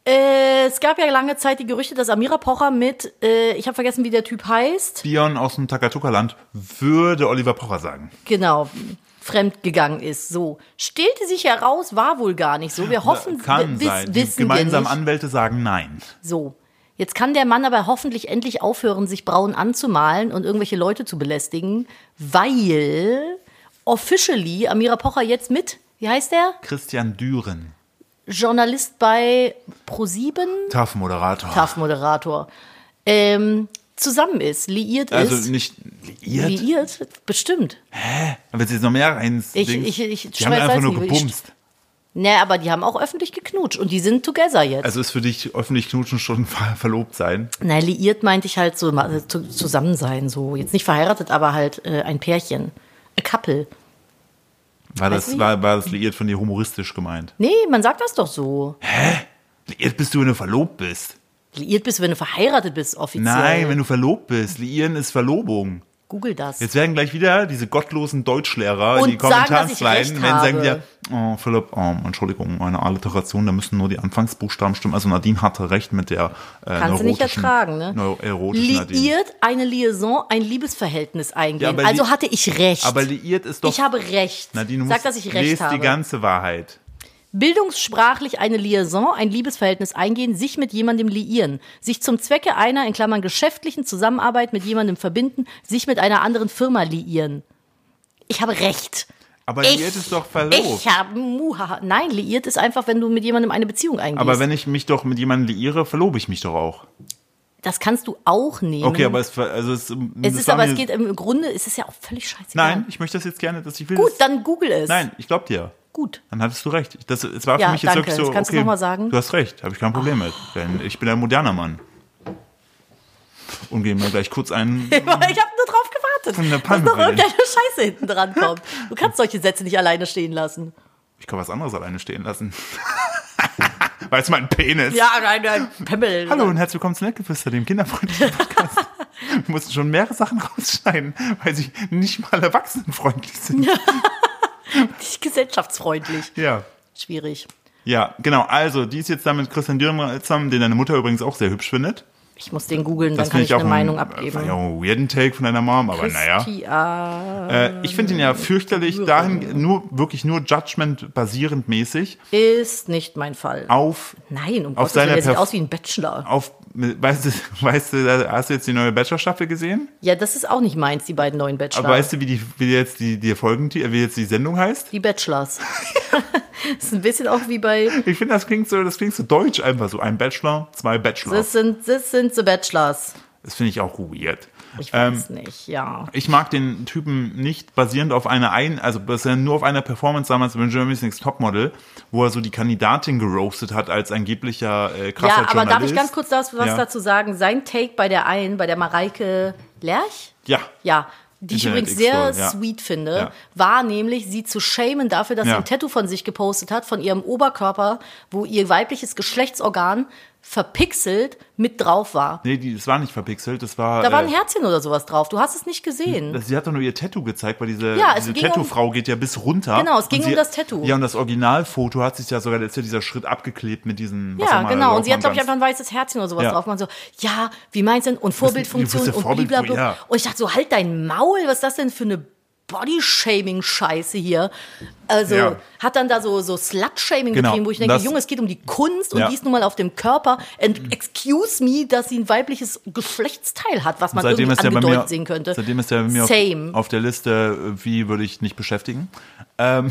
äh, es gab ja lange Zeit die Gerüchte, dass Amira Pocher mit, äh, ich habe vergessen, wie der Typ heißt,
Bion aus dem Takatuka-Land würde Oliver Pocher sagen.
genau, fremdgegangen ist. So, stellte sich heraus, war wohl gar nicht so. Wir hoffen,
Äh, Kann
wi- wiss-
sein. Die
wissen wir
gemeinsamen
nicht.
Anwälte sagen nein.
So. Jetzt kann der Mann aber hoffentlich endlich aufhören, sich braun anzumalen und irgendwelche Leute zu belästigen, weil officially Amira Pocher jetzt mit, wie heißt der?
Christian Düren,
Journalist bei ProSieben,
TAF-Moderator.
TAF-Moderator, ähm, zusammen ist, liiert
Also
ist.
nicht liiert.
Liiert? Bestimmt.
Aber jetzt ist noch mehr reins.
Ich-
Dings.
ich- ich
die haben
schmeiß
einfach
Salz
nur
in die-
gebumst.
Ne, aber die haben auch öffentlich geknutscht und die sind together jetzt.
Also ist für dich öffentlich knutschen schon ver verlobt sein.
Na, liiert meinte ich halt so ma- zu, zusammen sein, so. Jetzt nicht verheiratet, aber halt äh, ein Pärchen. A couple.
War
Weiß
das,
nicht.
war, war das liiert von dir humoristisch gemeint?
Nee, man sagt das doch so.
Liiert bist du, wenn du verlobt bist.
Liiert bist, wenn du verheiratet bist, offiziell.
Nein, wenn du verlobt bist. Liieren ist Verlobung.
Google das.
Jetzt werden gleich wieder diese gottlosen Deutschlehrer in
Und
die
sagen,
Kommentare
dass ich
sliden,
recht
wenn sie sagen
habe.
wieder, oh, Philipp, oh, Entschuldigung, eine Alliteration, da müssen nur die Anfangsbuchstaben stimmen. Also Nadine hatte recht mit der äh,
Kannst du nicht
neurotischen-
ertragen, ne?
neu- erotischen Nadine.
Liiert eine Liaison, ein Liebesverhältnis
Ja,
eingehen.
aber
also
li-
hatte ich recht.
Aber liiert ist doch,
ich habe recht.
Nadine, du
Sag,
musst,
dass ich
lest
recht
die
habe.
ganze Wahrheit.
Bildungssprachlich eine Liaison, ein Liebesverhältnis eingehen, sich mit jemandem liieren, sich zum Zwecke einer, in Klammern, geschäftlichen Zusammenarbeit mit jemandem verbinden, sich mit einer anderen Firma liieren. Ich habe recht.
Aber
Ich-
liiert ist doch verlobt.
Ich habe, muhaha. Nein, liiert ist einfach, wenn du mit jemandem eine Beziehung eingehst.
Aber wenn ich mich doch mit jemandem liiere, verlobe ich mich doch auch.
Mhm. das kannst du auch nehmen.
Okay, aber es, ver- also es,
Es
das
ist
war
aber,
mir-
es geht im Grunde, es ist ja auch völlig scheißegal.
Nein, ich möchte das jetzt gerne, dass ich will.
Gut,
das,
dann google es.
nein, ich glaub dir.
Gut.
Dann hattest du recht. Ich- Das, es war für
Ja,
mich jetzt
danke.
wirklich so.
Das kannst du
okay,
noch mal sagen.
Du hast recht, habe ich kein Problem mit. Denn ich bin ein moderner Mann. Und gehen wir gleich kurz einen.
Ich habe nur drauf
Von der
gewartet, dass
Palme
noch
reden.
irgendeine Scheiße hinten dran kommt. Du kannst solche Sätze nicht alleine stehen lassen.
Ich kann was anderes alleine stehen lassen. Weißt du, mein Penis.
Ja, nein, nein, Pimmel.
Hallo und herzlich willkommen zu Nettgeflüster, dem kinderfreundlichen Podcast. Wir mussten schon mehrere Sachen rausschneiden, weil sie nicht mal erwachsenenfreundlich sind.
Nicht gesellschaftsfreundlich.
Ja.
Schwierig.
Ja, genau. Also, die ist jetzt da mit Christian Dürrenmahl zusammen, den deine Mutter übrigens auch sehr hübsch findet.
Ich muss den googeln, dann
Das
kann
finde
ich eine
auch
Meinung
ein,
abgeben.
War ja auch ein weirden Take von deiner Mom, aber naja.
Christia.
Äh, ich finde ihn ja fürchterlich dahin, nur, wirklich nur Judgment basierend mäßig
Ist nicht mein Fall.
auf,
Nein, um
Auf
Gottes Willen,
seiner
der sieht
Perf-
aus wie ein Bachelor.
auf, weißt du, weißt du, da hast du jetzt die neue Bachelor-Staffel gesehen?
Ja, das ist auch nicht meins, die beiden neuen Bachelor.
Aber weißt du, wie die, wie jetzt die, die Folgen, wie jetzt die Sendung heißt?
die Bachelors. ist ein bisschen auch wie bei
Ich finde, das klingt so, das klingt so deutsch einfach so. Ein Bachelor, zwei Bachelor.
Das sind, das sind The Bachelors.
Das finde ich auch weird.
Ich
Ähm,
weiß nicht, ja.
Ich mag den Typen nicht basierend auf einer ein, also basierend nur auf einer Performance damals bei Germany's Next Topmodel, wo er so die Kandidatin geroastet hat als angeblicher äh, krasser
Ja, aber
Journalist.
darf ich ganz kurz das, was
Ja.
dazu sagen? Sein Take bei der einen, bei der Mareike Lerch?
Ja,
Ja, die ich
Internet
übrigens sehr
Explorer, ja.
sweet finde,
Ja.
war nämlich, sie zu schämen dafür, dass
Ja.
sie ein Tattoo von sich gepostet hat, von ihrem Oberkörper, wo ihr weibliches Geschlechtsorgan verpixelt mit drauf war.
Nee, die, das war nicht verpixelt, das war.
Da war ein
äh,
Herzchen oder sowas drauf. Du hast es nicht gesehen.
das- Sie hat doch nur ihr Tattoo gezeigt, weil diese,
Ja, es
diese
ging um-
Tattoo-Frau geht ja bis runter.
Genau, es
Und
ging um das Tattoo.
Ja, und das Originalfoto hat sich ja sogar letztlich dieser Schritt abgeklebt mit diesem.
Ja, genau. Und sie hat, glaube ich,
einfach
einfach ein weißes Herzchen oder sowas
Ja.
drauf gemacht. So, ja, wie meinst du denn? Und Vorbildfunktion
bist der
und blablabla.
Vorbildfu- ja.
Und ich dachte so, halt dein Maul, was ist das denn für eine Body-Shaming-Scheiße hier? Also,
Ja.
hat dann da so, so Slut-Shaming
Genau.
getrieben, wo ich denke,
Das-
Junge, es geht um die Kunst und
Ja. Mhm.
die ist nun mal auf dem Körper. And excuse me, dass sie ein weibliches Geschlechtsteil hat, was man
seitdem
irgendwie
ist der bei
angedeutet
mir,
sehen könnte.
Seitdem ist der bei mir auf,
Same.
auf der Liste, äh, wie würde ich nicht beschäftigen. Ähm,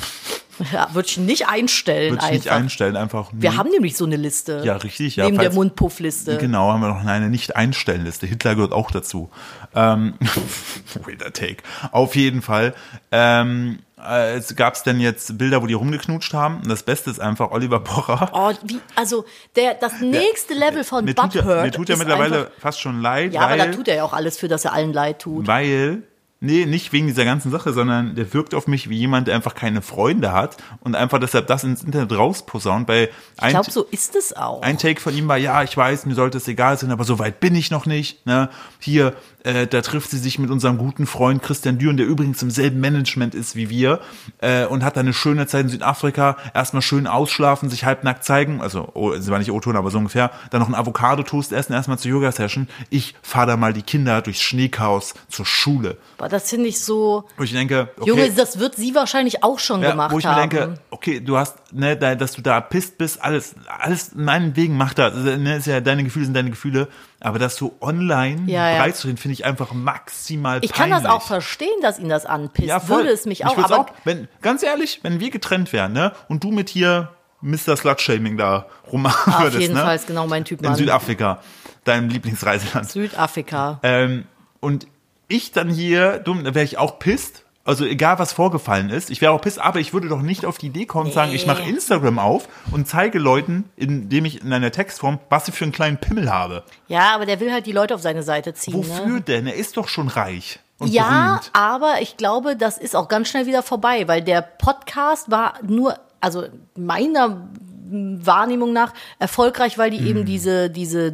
ja, würde ich nicht einstellen
Würde ich
einfach.
nicht einstellen, einfach. nie.
Wir haben nämlich so eine Liste.
Ja, richtig, ja,
Neben der
falls-
Mundpuffliste.
Genau, haben wir noch eine Nicht-Einstellen-Liste. Hitler gehört auch dazu. Ähm, weirder Take. Auf jeden Fall. Ähm, äh, es gab's denn jetzt Bilder, wo die rumgeknutscht haben. Und das Beste ist einfach Oliver Pocher.
Oh, wie, also der, das nächste Level von
mir, tut ja,
Butthurt
mir tut ja
Oh, ist
mittlerweile
Einfach,
fast schon leid,
ja, aber
weil,
da tut er ja auch alles für, dass er allen leid tut.
weil, nee, nicht wegen dieser ganzen Sache, sondern der wirkt auf mich wie jemand, der einfach keine Freunde hat und einfach deshalb das ins Internet rausposaunt, weil
Ich
ein,
glaube, so ist es auch.
ein Take von ihm war, ja, ich weiß, mir sollte es egal sein, aber so weit bin ich noch nicht. Ne? Hier, äh, da trifft sie sich mit unserem guten Freund Christian Düren, der übrigens im selben Management ist wie wir äh, und hat da eine schöne Zeit in Südafrika. Erstmal schön ausschlafen, sich halbnackt zeigen, also oh, es war nicht O-Ton, aber so ungefähr. Dann noch einen Avocado-Toast essen, erstmal zur Yoga-Session. Ich fahre da mal die Kinder durchs Schneechaos zur Schule.
aber das finde ich so.
Wo ich denke, okay,
Junge, das wird sie wahrscheinlich auch schon
ja,
gemacht
wo ich mir
haben.
denke, okay, du hast, ne, da, dass du da pisst bist, alles, alles meinetwegen macht das. Also, Ne, ist ja, deine Gefühle sind deine Gefühle, aber dass du online
Ja, ja.
breit zu reden, finde ich einfach maximal
ich kann
peinlich.
das auch verstehen, dass ihn das anpisst.
Ja, voll.
Würde es mich
Ich
auch,
würd's
aber
wenn, ganz ehrlich, wenn wir getrennt wären, ne, und du mit hier Mr. Slutshaming da rummachen
auf
würdest,
jeden
ne,
Fall ist genau mein Typ,
in
Mann.
Südafrika, deinem Lieblingsreiseland.
Südafrika.
Ähm, und ich dann hier, dumm, da wäre ich auch pisst. Also egal, was vorgefallen ist, ich wäre auch pisst, aber ich würde doch nicht auf die Idee kommen und sagen, ich mache Instagram auf und zeige Leuten, indem ich in einer Textform, was ich für einen kleinen Pimmel habe.
ja, aber der will halt die Leute auf seine Seite ziehen. ne?
Wofür denn? Er ist doch schon reich und
Ja,
berühmt.
aber ich glaube, das ist auch ganz schnell wieder vorbei, weil der Podcast war nur, also meiner Wahrnehmung nach, erfolgreich, weil die
Hm.
eben diese, diese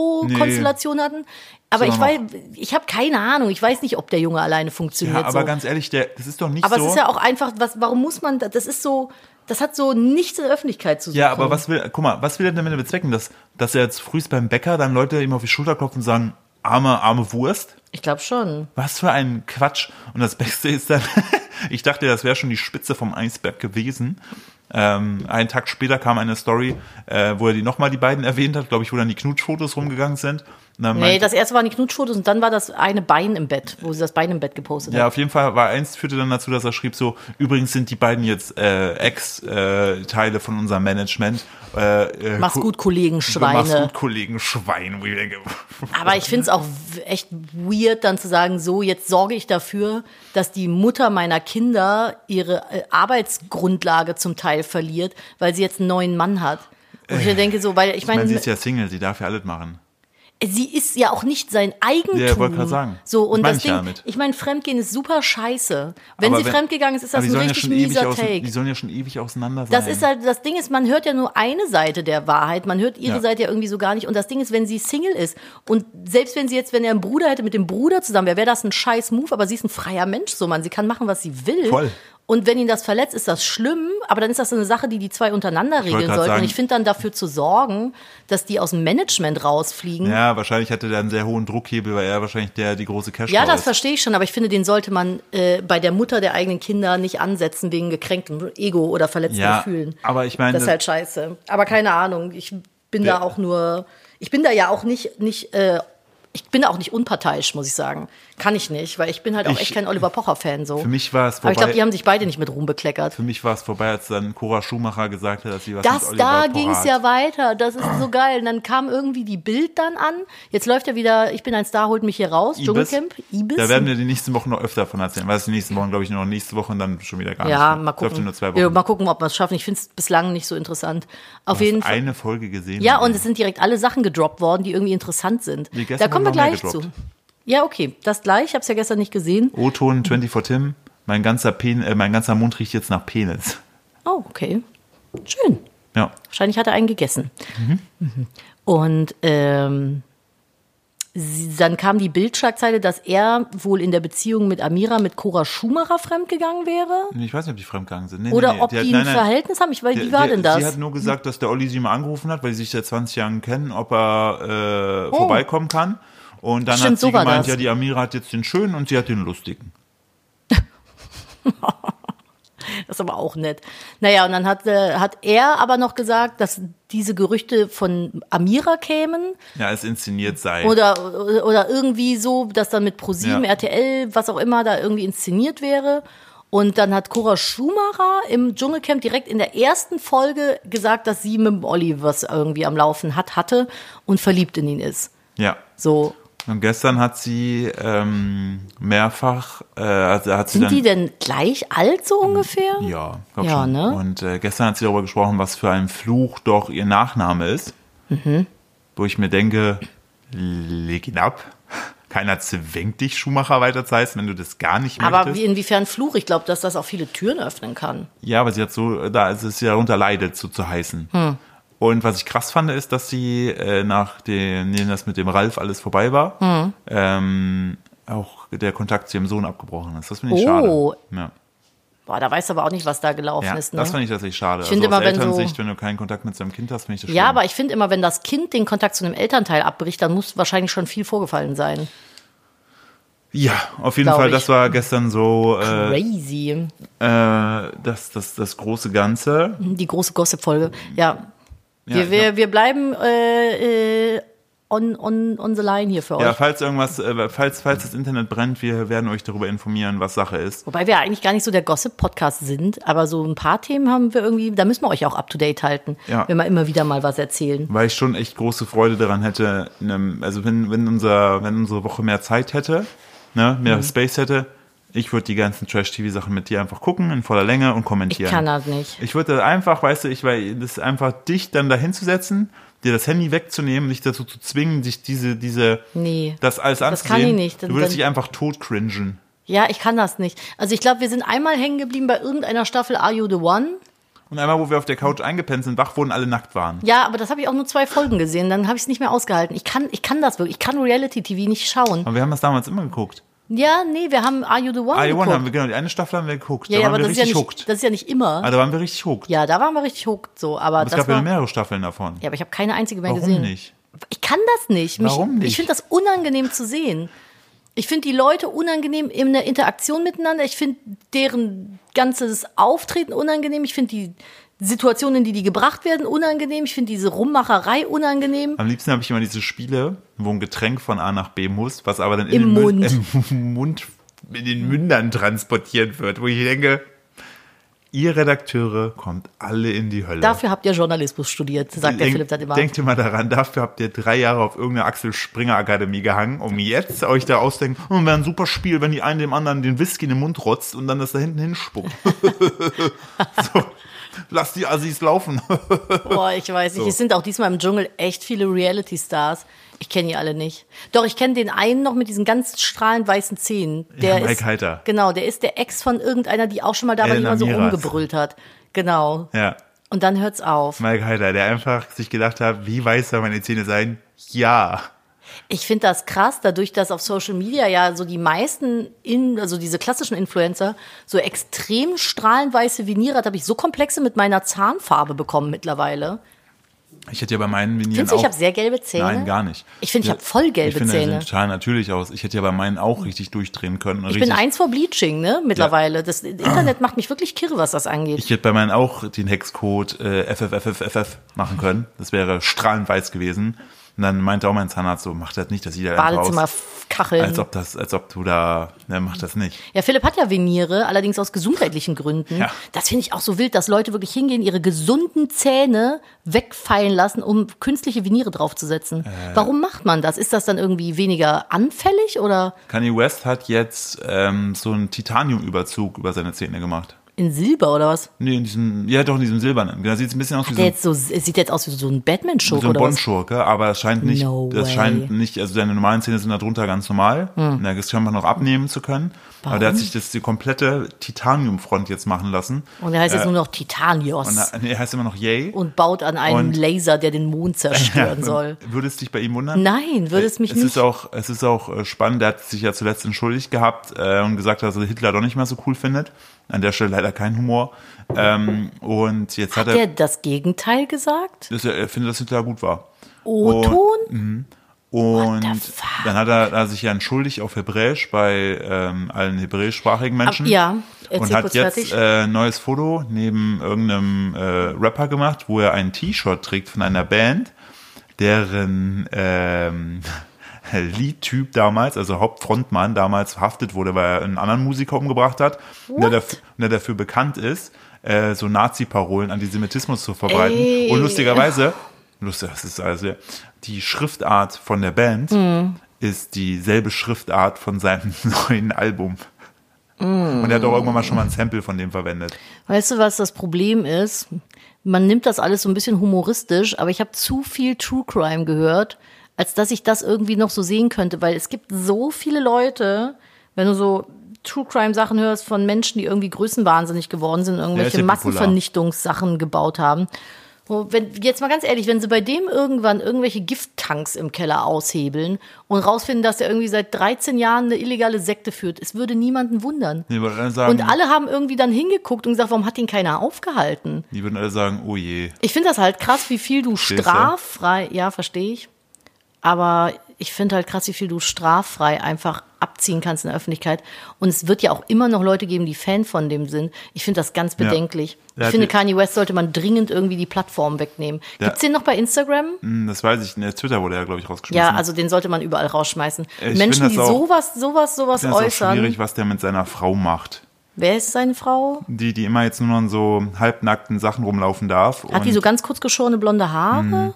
Duo-Konstellation hatten. Aber ich weiß,
Sondern
ich habe keine Ahnung. Ich weiß nicht, ob der Junge alleine funktioniert.
Ja, aber
so.
ganz ehrlich, der, das ist doch nicht
aber
so.
es ist ja auch einfach, was, warum muss man, das ist so, das hat so nichts in der Öffentlichkeit zu suchen.
Ja, aber was will, guck mal, was will er damit bezwecken, dass, dass er jetzt frühst beim Bäcker dann Leute ihm auf die Schulter klopfen und sagen, arme, arme Wurst?
Ich glaube schon.
Was für ein Quatsch. Und das Beste ist dann, ich dachte, das wäre schon die Spitze vom Eisberg gewesen. Ähm, einen Tag später kam eine Story, äh, wo er die nochmal die beiden erwähnt hat, glaube ich, wo dann die Knutschfotos rumgegangen sind. Und dann
Nee,
meinte-
das erste waren die Knutschfotos und dann war das eine Bein im Bett, wo sie das Bein im Bett gepostet
ja,
hat.
auf jeden Fall war eins, führte dann dazu, dass er schrieb so, übrigens sind die beiden jetzt äh, Ex-Teile von unserem Management. Äh, äh,
Mach's
Ko-
gut, Kollegen, Schweine.
Mach's gut, Kollegen Schwein. Wo ich denke,
Aber ich finde es auch w- echt weird, dann zu sagen, so, jetzt sorge ich dafür, dass die Mutter meiner Kinder ihre äh, Arbeitsgrundlage zum Teil verliert, weil sie jetzt einen neuen Mann hat. Und ich mir denke so, weil ich
Äh, ich
meine,
meine, sie ist ja Single, sie darf ja alles machen.
sie ist ja auch nicht sein Eigentum.
Ja, wollte grad sagen.
So,
Das
und
meine
das
ich
Ding,
damit.
ich meine, Fremdgehen ist super scheiße. Wenn
Aber
sie fremdgegangen ist, ist das
aber die sollen
ein richtig
ja schon ewig
mieser
aus-
Take.
Die sollen ja schon ewig auseinander sein.
Das ist halt, das Ding ist, man hört ja nur eine Seite der Wahrheit. Man hört ihre
Ja.
Seite ja irgendwie so gar nicht. Und das Ding ist, wenn sie Single ist und selbst wenn sie jetzt, wenn er einen Bruder hätte, mit dem Bruder zusammen wäre, wäre das ein scheiß Move. Aber sie ist ein freier Mensch, so man. Sie kann machen, was sie will.
Voll.
Und wenn ihn das verletzt, ist das schlimm. Aber dann ist das so eine Sache, die die zwei untereinander
wollte
regeln
grad
sollten.
sagen-
und ich finde dann dafür zu sorgen, dass die aus dem Management rausfliegen. Ja.
Ja, wahrscheinlich hatte der einen sehr hohen Druckhebel, weil er wahrscheinlich der die große Cash
das
ist.
verstehe ich schon, aber ich finde, den sollte man äh, bei der Mutter der eigenen Kinder nicht ansetzen wegen gekränktem Ego oder verletzten
Ja,
Gefühlen.
aber ich meine,
Das ist halt scheiße. Aber keine Ahnung. Ich bin
Ja.
da auch nur, ich bin da ja auch nicht, nicht, äh, ich bin da auch nicht unparteiisch, muss ich sagen. Kann ich nicht, weil ich bin halt auch
Ich-
echt kein Oliver Pocher-Fan so.
für mich war es
Aber ich glaube,
vorbei.
die haben sich beide nicht mit Ruhm bekleckert.
Für mich war es vorbei, als dann Cora Schumacher gesagt hat, dass sie was mit
Das
Oliver
da
Pocher
ging es
hat.
ja weiter. Das ist so geil. Und dann kam irgendwie die Bild dann an. Jetzt läuft ja wieder, ich bin ein Star, holt mich hier raus.
Ibis.
Dschungelcamp, Ibis.
Da werden wir die nächsten Wochen noch öfter von erzählen. Weil es die nächsten Wochen, glaube ich, nur noch nächste Woche und dann schon wieder gar
ja,
nicht.
mal
Dürfte
gucken.
nur zwei
Ja,
Wochen.
mal gucken, ob wir es schaffen. Ich finde es bislang nicht so interessant. Auf jeden Fall.
Eine Folge gesehen.
Ja, und es sind direkt alle Sachen gedroppt worden, die irgendwie interessant sind.
Wie gestern
Da kommen wir
haben wir noch mehr
gleich zu.
gedroppt.
Ja, okay, das gleich. Ich habe es ja gestern nicht gesehen.
O-Ton 24 Tim, mein ganzer, Pen, äh, mein ganzer Mund riecht jetzt nach Penis.
Oh, okay. Schön.
Ja.
Wahrscheinlich hat er einen gegessen. Mhm. Und ähm, sie, dann kam die Bildschlagzeile, dass er wohl in der Beziehung mit Amira, mit Cora Schumacher fremdgegangen wäre.
Ich weiß nicht, ob die fremdgegangen sind. Nee,
Oder
nee, nee.
ob die,
hat-
ein Verhältnis haben. Ich weiß, wie war
der,
denn
Sie
das?
hat nur gesagt, dass der Olli sie mal angerufen hat, weil sie sich seit 20 Jahren kennen, ob er äh, vorbeikommen kann. Und dann
Oh. Stimmt,
hat sie
so war
gemeint,
das.
ja, die Amira hat jetzt den Schönen und sie hat den Lustigen.
Das ist aber auch nett. Naja, und dann hat, äh, hat er aber noch gesagt, dass diese Gerüchte von Amira kämen
Ja, es inszeniert sei.
oder, oder irgendwie so, dass dann mit ProSieben,
Ja.
RTL, was auch immer da irgendwie inszeniert wäre. Und dann hat Cora Schumacher im Dschungelcamp direkt in der ersten Folge gesagt, dass sie mit dem Olli was irgendwie am Laufen hat, hatte und verliebt in ihn ist.
ja.
So,
Und gestern hat sie ähm, mehrfach, äh, also hat sie
sind
dann,
die denn gleich alt so ungefähr?
ja, glaub
Ja,
schon.
ne?
Und äh, gestern hat sie darüber gesprochen, was für ein Fluch doch ihr Nachname ist,
Mhm.
wo ich mir denke, leg ihn ab. Keiner zwingt dich, Schumacher weiter zu heißen, wenn du das gar nicht möchtest.
Aber wie, inwiefern Fluch? Ich glaube, dass das auch viele Türen öffnen kann.
Ja, aber sie hat so, äh, da ist es ja darunter leidet, so zu heißen.
Hm.
Und was ich krass fand, ist, dass sie, äh, nachdem nee, das mit dem Ralf alles vorbei war,
Hm.
ähm, auch der Kontakt zu ihrem Sohn abgebrochen ist. Das finde ich
Oh.
schade.
Boah, da weiß aber auch nicht, was da gelaufen
Ja. ja
ist. Ne?
Das finde ich tatsächlich schade. Ich
finde
also aus
immer, wenn so-
Elternsicht, wenn du keinen Kontakt mit seinem Kind hast, finde ich das
ja,
schlimm.
aber ich finde immer, wenn das Kind den Kontakt zu einem Elternteil abbricht, dann muss wahrscheinlich schon viel vorgefallen sein.
Ja, auf jeden
Glaub
Fall,
ich.
das war gestern so äh, äh,
Crazy.
das, das, das große Ganze.
Die große Gossip-Folge. Ja. Wir,
ich
wir, wir bleiben äh, äh, on, on, on the line hier für
Ja,
euch.
falls irgendwas, äh, falls, falls das Internet brennt, wir werden euch darüber informieren, was Sache ist.
Wobei wir eigentlich gar nicht so der Gossip-Podcast sind, aber so ein paar Themen haben wir irgendwie, da müssen wir euch auch up to date halten,
Ja.
wenn wir immer wieder mal was erzählen.
weil ich schon echt große Freude daran hätte, in einem, also wenn, wenn, unser, wenn unsere Woche mehr Zeit hätte, ne, mehr
Mhm.
Space hätte, ich würde die ganzen Trash-TV-Sachen mit dir einfach gucken, in voller Länge und
Ich
kommentieren.
kann das nicht.
Ich würde einfach, weißt du, ich weil das einfach dich dann dahin zu setzen, dir das Handy wegzunehmen, dich dazu zu zwingen, dich diese, diese,
Nee.
das alles
Das
anzusehen.
kann ich nicht.
Du würdest
Dann-
dich einfach tot cringen.
Ja, ich kann das nicht. Also ich glaube, wir sind einmal hängen geblieben bei irgendeiner Staffel Are You the One?
Und einmal, wo wir auf der Couch eingepennt sind, wach wurden, alle nackt waren.
Ja, aber das habe ich auch nur zwei Folgen gesehen, dann habe ich es nicht mehr ausgehalten. Ich kann, ich kann das wirklich, ich kann Reality-TV nicht schauen.
Aber wir haben das damals immer geguckt.
Ja, nee, wir haben Are You the One
I
geguckt.
One haben wir, genau, die eine Staffel haben wir geguckt.
ja,
da
ja,
waren
aber
wir
das ist ja,
richtig
nicht,
hooked.
das ist ja nicht immer.
Ah, da waren wir richtig hooked.
Ja, da waren wir richtig hooked so, aber
Es
das
gab ja
war,
mehrere Staffeln davon.
ja, aber ich habe keine einzige mehr
Warum
gesehen.
nicht?
Ich kann das nicht. Mich,
Warum nicht?
Ich finde das unangenehm zu sehen. Ich finde die Leute unangenehm in der Interaktion miteinander. Ich finde deren ganzes Auftreten unangenehm. Ich finde die Situationen, in die die gebracht werden, unangenehm. Ich finde diese Rummacherei unangenehm.
Am liebsten habe ich immer diese Spiele, wo ein Getränk von A nach B muss, was aber dann in
Im
den Mund, im Mund, in den Mündern transportiert wird, wo ich denke, ihr Redakteure kommt alle in die Hölle.
Dafür habt ihr Journalismus studiert, sagt der
Denk-
Philipp dann immer.
Denkt ihr mal daran, dafür habt ihr drei Jahre auf irgendeiner Axel Springer Akademie gehangen, um jetzt euch da auszudenken, oh, wäre ein super Spiel, wenn die einen dem anderen den Whisky in den Mund rotzt und dann das da hinten hinspuckt. so, lass die Assis laufen.
Boah, ich weiß nicht. Es sind auch diesmal im Dschungel echt viele Reality-Stars. Ich kenne die alle nicht. Doch, ich kenne den einen noch mit diesen ganz strahlend weißen Zähnen. Der
Mike
ist,
Heiter.
Genau, der ist der Ex von irgendeiner, die auch schon mal da war, die
Elena
immer so
Miras.
rumgebrüllt hat. Genau.
ja.
Und dann hört's auf.
Mike Heider, der einfach sich gedacht hat, wie weiß soll meine Zähne sein? Ja.
Ich finde das krass, dadurch, dass auf Social Media ja so die meisten, in, also diese klassischen Influencer, so extrem strahlend weiße Viniere, hat, habe ich so Komplexe mit meiner Zahnfarbe bekommen mittlerweile.
Ich hätte ja bei meinen Vinieren
Findest du,
auch...
ich habe sehr gelbe Zähne?
Nein, gar nicht.
Ich finde, ich habe voll gelbe
Ich finde, die
Zähne.
sehen total natürlich aus. Ich hätte ja bei meinen auch richtig durchdrehen können. und
Ich
richtig,
bin eins vor Bleaching, ne? Mittlerweile. Das Internet macht mich wirklich kirre, was das angeht.
ich hätte bei meinen auch den Hexcode äh, FFFFFF machen können. Das wäre strahlend weiß gewesen. Und dann meinte auch mein Zahnarzt so, mach das nicht, das sieht ja einfach
Badezimmer
aus.
f- kacheln.
Als ob, das, als ob du da... Ne, mach das nicht.
Ja, Philipp hat ja Veniere, allerdings aus gesundheitlichen Gründen.
Ja.
Das finde ich auch so wild, dass Leute wirklich hingehen, ihre gesunden Zähne wegfallen lassen, um künstliche Veniere draufzusetzen.
Äh.
Warum macht man das? Ist das dann irgendwie weniger anfällig oder
Kanye West hat jetzt ähm, so einen Titaniumüberzug über seine Zähne gemacht.
In Silber oder was?
Nee, in diesem, ja doch, in diesem silbernen. Da sieht es ein bisschen aus wie
Hat
so
der
ein,
jetzt so, es sieht jetzt aus wie so ein Batman-Schurk
so ein
oder was?
Bond-Schurke, aber es scheint nicht,
No
es
way. Hm.
scheint nicht, also seine normalen Zähne sind darunter ganz normal. Und Da scheint man noch abnehmen zu können. Aber der hat sich das, die komplette Titaniumfront jetzt machen lassen.
Und er heißt jetzt
Äh,
nur noch Titanios
und
und,
er- nee, er heißt immer noch Yay.
baut an einem
und-
Laser, der den Mond zerstören
Ja,
soll.
Würde es dich bei ihm wundern?
Nein, würde es mich
es
nicht.
Ist auch, es ist auch äh, spannend, der hat sich ja zuletzt entschuldigt gehabt äh, und gesagt, dass er Hitler doch nicht mehr so cool findet. An der Stelle leider kein Humor. Ähm, und jetzt hat,
Hat
er,
der das Gegenteil gesagt?
dass er, er findet, dass Hitler gut war.
O-Ton?
Und
What the fuck?
dann hat er, hat er sich ja entschuldigt auf Hebräisch bei ähm, allen hebräischsprachigen Menschen.
ja, erzähl
und hat
kurz
jetzt
fertig.
äh, ein neues Foto neben irgendeinem äh, Rapper gemacht, wo er ein T-Shirt trägt von einer Band, deren ähm, Liedtyp damals, also Hauptfrontmann damals verhaftet wurde, weil er einen anderen Musiker umgebracht hat und der,
What?
daf- und der dafür bekannt ist, äh, so Nazi-Parolen, Antisemitismus zu verbreiten.
Ey.
Und lustigerweise, lustig, das ist also die Schriftart von der Band
Hm.
ist dieselbe Schriftart von seinem neuen Album. Und er hat auch irgendwann mal schon mal ein Sample von dem verwendet.
Weißt du, was das Problem ist? Man nimmt das alles so ein bisschen humoristisch, aber ich habe zu viel True Crime gehört, als dass ich das irgendwie noch so sehen könnte, weil es gibt so viele Leute, wenn du so True Crime Sachen hörst von Menschen, die irgendwie größenwahnsinnig geworden sind,
ist
irgendwelche
ja bipolar.
Massenvernichtungssachen gebaut haben. Wo, Wenn, jetzt mal ganz ehrlich, wenn sie bei dem irgendwann irgendwelche Gifttanks im Keller aushebeln und rausfinden, dass er irgendwie seit 13 Jahren eine illegale Sekte führt, es würde niemanden wundern.
Die würden alle sagen,
Und alle haben irgendwie dann hingeguckt und gesagt, warum hat ihn keiner aufgehalten?
die würden alle sagen, oh je.
Ich finde das halt krass, wie viel du
Verstehst du?
straffrei, ja, verstehe ich. Aber ich finde halt krass, wie viel du straffrei einfach abziehen kannst in der Öffentlichkeit. Und es wird ja auch immer noch Leute geben, die Fan von dem sind. Ich finde das ganz
Ja.
bedenklich.
Der
Ich
hat
finde,
die-
Kanye West sollte man dringend irgendwie die Plattform wegnehmen.
Ja.
Gibt's den noch bei Instagram?
Hm, Das weiß ich. Ne, Twitter wurde ja, glaube ich, rausgeschmissen.
Ja, also den sollte man überall rausschmeißen.
find
Menschen,
das
die
auch-
sowas, sowas, sowas
das ist auch
äußern.
schwierig, was der mit seiner Frau macht.
Wer ist seine Frau?
Die, die immer jetzt nur noch in so halbnackten Sachen rumlaufen darf.
Hat
und Mhm.
die so ganz kurz geschorene blonde Haare?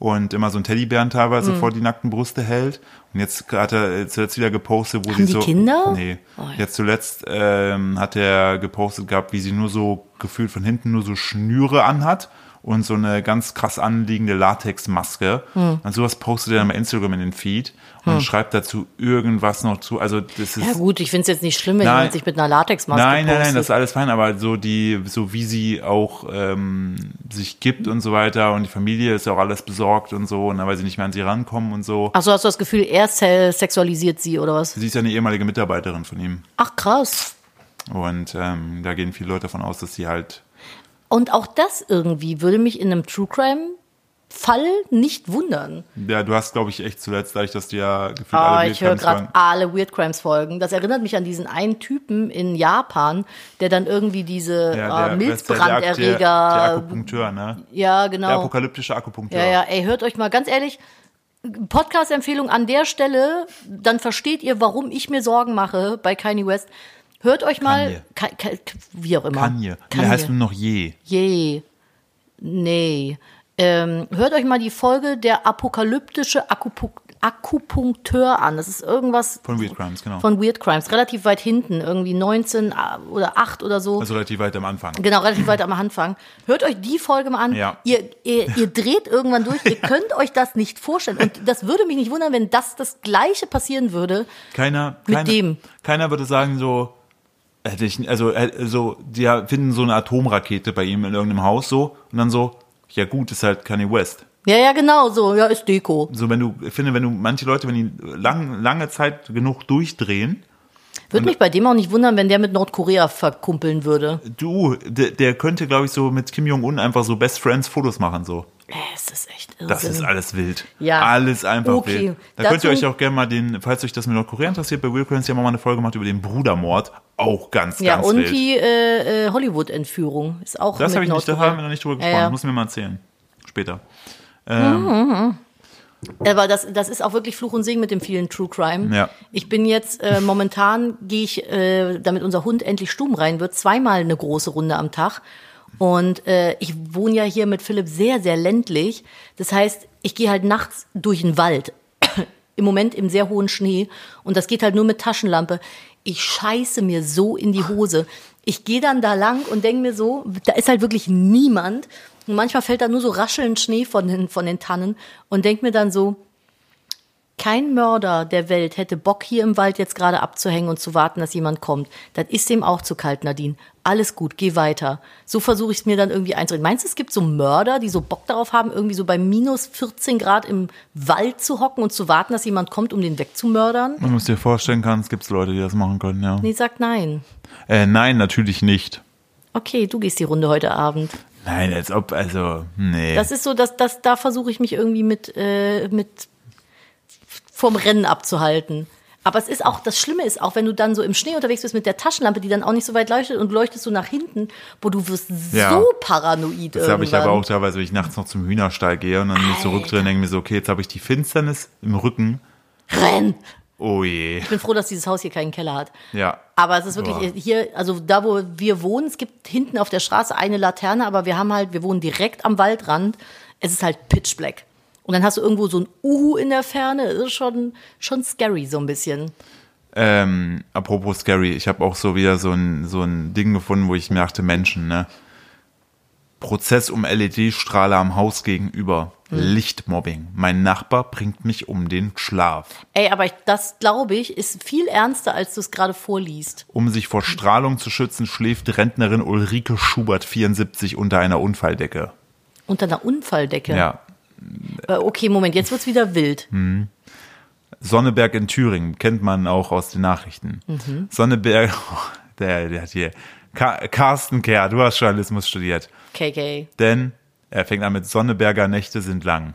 und immer so einen Teddybären teilweise
Hm.
vor die nackten Brüste hält. Und jetzt hat er zuletzt wieder gepostet, wo
Haben
sie
die
so.
Kinder?
Nee.
Oh ja.
Jetzt zuletzt ähm, hat er gepostet gehabt, wie sie nur so gefühlt von hinten nur so Schnüre anhat und so eine ganz krass anliegende Latexmaske.
Hm.
Und sowas postet er dann bei Instagram in den Feed und schreibt dazu irgendwas noch zu. Also das ist.
Ja gut, ich finde es jetzt nicht schlimm, wenn
Nein.
jemand sich mit einer Latexmaske
Nein, nein,
postet.
nein, das ist alles fein, aber so die, so wie sie auch ähm, sich gibt und so weiter und die Familie ist ja auch alles besorgt und so, und dann, weil sie nicht mehr an sie rankommen und so.
Ach so, hast du das Gefühl, er se- sexualisiert sie oder was?
Sie ist ja eine ehemalige Mitarbeiterin von ihm.
Ach krass.
Und ähm, da gehen viele Leute davon aus, dass sie halt.
Und auch das irgendwie würde mich in einem True Crime Fall nicht wundern.
Ja, du hast, glaube ich, echt zuletzt, dadurch, dass du ja gefühlt
Ah,
alle
ich höre
Wildcams
gerade
waren.
alle Weird Crimes Folgen. Das erinnert mich an diesen einen Typen in Japan, der dann irgendwie diese
Ja,
äh,
der, das ist ja der, Ak- der,
Milzbranderreger.
der Akupunkteur, ne?
ja,
Der
genau.
apokalyptische Akupunkteur.
Ja, ja, ey, hört euch mal ganz ehrlich. Podcast-Empfehlung an der Stelle, dann versteht ihr, warum ich mir Sorgen mache bei Kanye West. Hört euch mal, Ka Ka wie auch immer.
Kanye. Der heißt
Kanye.
nur noch Je.
Yay. Nee. Ähm, hört euch mal die Folge der apokalyptische Akupunk Akupunkteur an. Das ist irgendwas
Von Weird Crimes, genau.
von Weird Crimes. Relativ weit hinten, irgendwie 19 oder 8 oder so.
also relativ weit am Anfang.
Genau, relativ weit am Anfang. Hört euch die Folge mal an.
Ja.
Ihr, ihr, ihr dreht irgendwann durch. Ihr könnt euch das nicht vorstellen. Und das würde mich nicht wundern, wenn das das Gleiche passieren würde.
Keiner,
Mit
keiner,
dem.
keiner würde sagen so, hätte ich, also, äh, so, die finden so eine Atomrakete bei ihm in irgendeinem Haus so und dann so, ja gut, ist halt Kanye West.
Ja, ja, genau so. Ja, ist Deko.
So, wenn du, ich finde, wenn du, manche Leute, wenn die lang, lange Zeit genug durchdrehen,
Würde mich bei dem auch nicht wundern, wenn der mit Nordkorea verkumpeln würde.
du, der, der könnte, glaube ich, so mit Kim Jong-un einfach so Best Friends Fotos machen, so.
Äh, Es ist echt Irrsinn.
Das ist alles wild.
Ja.
Alles einfach
Okay.
wild. Da
Dazu-
könnt ihr euch auch gerne mal den, falls euch das mit Nordkorea interessiert, bei Will Collins, die haben auch mal eine Folge gemacht über den Brudermord. Auch ganz,
ja,
ganz
und
wild.
die äh, äh, Hollywood-Entführung ist auch
Das
mit
habe ich nicht, da
Nordkorea.
haben wir noch nicht drüber
Ja,
gesprochen.
ja.
Muss mir mal erzählen. Später.
Aber das, das ist auch wirklich Fluch und Segen mit dem vielen True Crime.
Ja.
Ich bin jetzt, äh, momentan gehe ich, äh, damit unser Hund endlich stumm rein wird, zweimal eine große Runde am Tag. Und äh, ich wohne ja hier mit Philipp sehr, sehr ländlich. Das heißt, ich gehe halt nachts durch den Wald. Im Moment im sehr hohen Schnee. Und das geht halt nur mit Taschenlampe. Ich scheiße mir so in die Hose. Ich gehe dann da lang und denke mir so, da ist halt wirklich niemand. Und manchmal fällt da nur so raschelnd Schnee von den, von den Tannen und denke mir dann so, kein Mörder der Welt hätte Bock, hier im Wald jetzt gerade abzuhängen und zu warten, dass jemand kommt. Das ist dem auch zu kalt, Nadine. Alles gut, geh weiter. So versuche ich es mir dann irgendwie einzureden. Meinst du, es gibt so Mörder, die so Bock darauf haben, irgendwie so bei minus 14 Grad im Wald zu hocken und zu warten, dass jemand kommt, um den wegzumördern?
Wenn du es dir vorstellen kannst, gibt es Leute, die das machen können, ja.
Nee, sagt nein.
Äh, nein, natürlich nicht.
Okay, du gehst die Runde heute Abend.
Nein, als ob, also, nee.
Das ist so, dass das, da versuche ich mich irgendwie mit, äh, mit vom Rennen abzuhalten. Aber es ist auch, das Schlimme ist auch, wenn du dann so im Schnee unterwegs bist mit der Taschenlampe, die dann auch nicht so weit leuchtet und leuchtest du nach hinten, wo du wirst
Ja.
so paranoid
das habe ich
irgendwann.
aber auch teilweise, wenn ich nachts noch zum Hühnerstall gehe und dann mich so rückdrehen, denke mir so, okay, jetzt habe ich die Finsternis im Rücken.
Renn!
Oh je.
Ich bin froh, dass dieses Haus hier keinen Keller hat.
Ja.
Aber es ist wirklich
Boah.
hier, also da, wo wir wohnen, es gibt hinten auf der Straße eine Laterne, aber wir haben halt, wir wohnen direkt am Waldrand. Es ist halt pitch black. Und dann hast du irgendwo so ein Uhu in der Ferne. Ist schon, schon scary so ein bisschen.
Ähm, apropos scary, ich habe auch so wieder so ein, so ein Ding gefunden, wo ich mir dachte, Menschen, ne? Prozess um LED-Strahler am Haus gegenüber.
Hm.
Lichtmobbing. Mein Nachbar bringt mich um den Schlaf.
Ey, aber ich, das glaube ich, ist viel ernster, als du es gerade vorliest.
Um sich vor Strahlung zu schützen, schläft Rentnerin Ulrike Schubert 74 unter einer Unfalldecke.
Unter einer Unfalldecke.
Ja. Hm.
Äh, Okay, Moment, jetzt wird's wieder wild.
Sonneberg in Thüringen kennt man auch aus den Nachrichten. Sonneberg, der, der hat hier Ka Carsten Kerr, du hast Journalismus studiert.
KK.
Denn er fängt an mit Sonneberger Nächte sind lang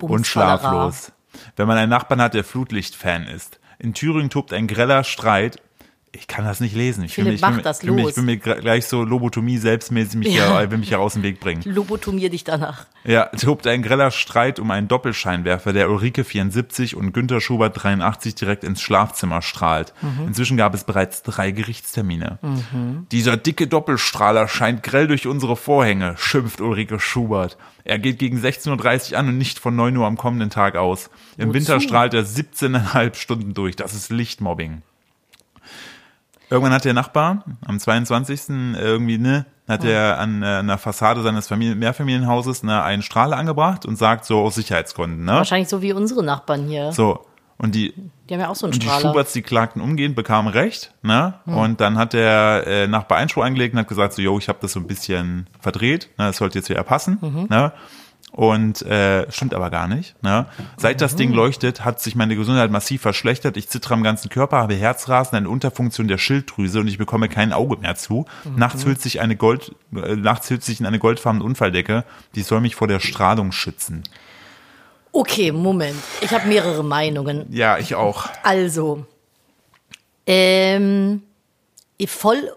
und schlaflos. Wenn man einen Nachbarn hat, der Flutlicht-Fan ist. In Thüringen tobt ein greller Streit. Ich kann das nicht lesen. Ich
Philipp,
will, mich- ich will,
mach
mich-
das
ich will, mich-
los.
Ich will mir gra- gleich so Lobotomie selbstmäßig mich
Ja.
hier, will mich hier aus dem Weg bringen.
Lobotomier dich danach.
Ja, tobt ein greller Streit um einen Doppelscheinwerfer, der Ulrike 74 und Günther Schubert 83 direkt ins Schlafzimmer strahlt. Inzwischen gab es bereits drei Gerichtstermine. Dieser dicke Doppelstrahler scheint grell durch unsere Vorhänge, schimpft Ulrike Schubert. Er geht gegen 16.30 Uhr an und nicht von 9 Uhr am kommenden Tag aus. Im Winter strahlt er 17,5 Stunden durch. Das ist Lichtmobbing. Irgendwann hat der Nachbar am 22. irgendwie, ne, hat er an äh, einer Fassade seines Familien Mehrfamilienhauses ne, einen Strahler angebracht und sagt so aus Sicherheitsgründen, ne?
Wahrscheinlich so wie unsere Nachbarn hier.
So. Und die,
Die haben ja auch so einen
und die
Strahler.
Schuberts, die klagten umgehend, bekamen Recht, ne? Und dann hat der äh, Nachbar Einspruch angelegt und hat gesagt so, yo, ich habe das so ein bisschen verdreht, ne? Das sollte jetzt wieder passen, ne? Und äh, stimmt aber gar nicht. Ne? Seit das Ding leuchtet, hat sich meine Gesundheit massiv verschlechtert. Ich zittere am ganzen Körper, habe Herzrasen, eine Unterfunktion der Schilddrüse und ich bekomme kein Auge mehr zu. Nachts hüllt sich eine Gold, äh, nachts hüllt sich in eine goldfarbene Unfalldecke. Die soll mich vor der Strahlung schützen.
Okay, Moment. Ich habe mehrere Meinungen.
Ja, ich auch.
Also, ähm, voll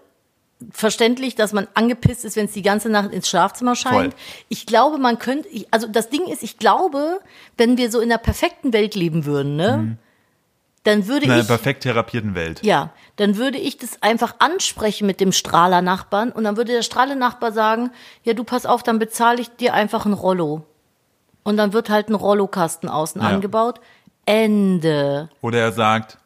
verständlich, dass man angepisst ist, wenn es die ganze Nacht ins Schlafzimmer scheint.
Voll.
Ich glaube, man könnte, ich- also das Ding ist, ich glaube, wenn wir so in der perfekten Welt leben würden, ne,
Mhm.
dann würde
In einer
ich
perfekt therapierten Welt.
Ja, dann würde ich das einfach ansprechen mit dem Strahlernachbarn und dann würde der Strahlernachbar sagen, ja, du pass auf, dann bezahle ich dir einfach ein Rollo. Und dann wird halt ein Rollokasten außen
Ja.
angebaut. Ende.
Oder er sagt,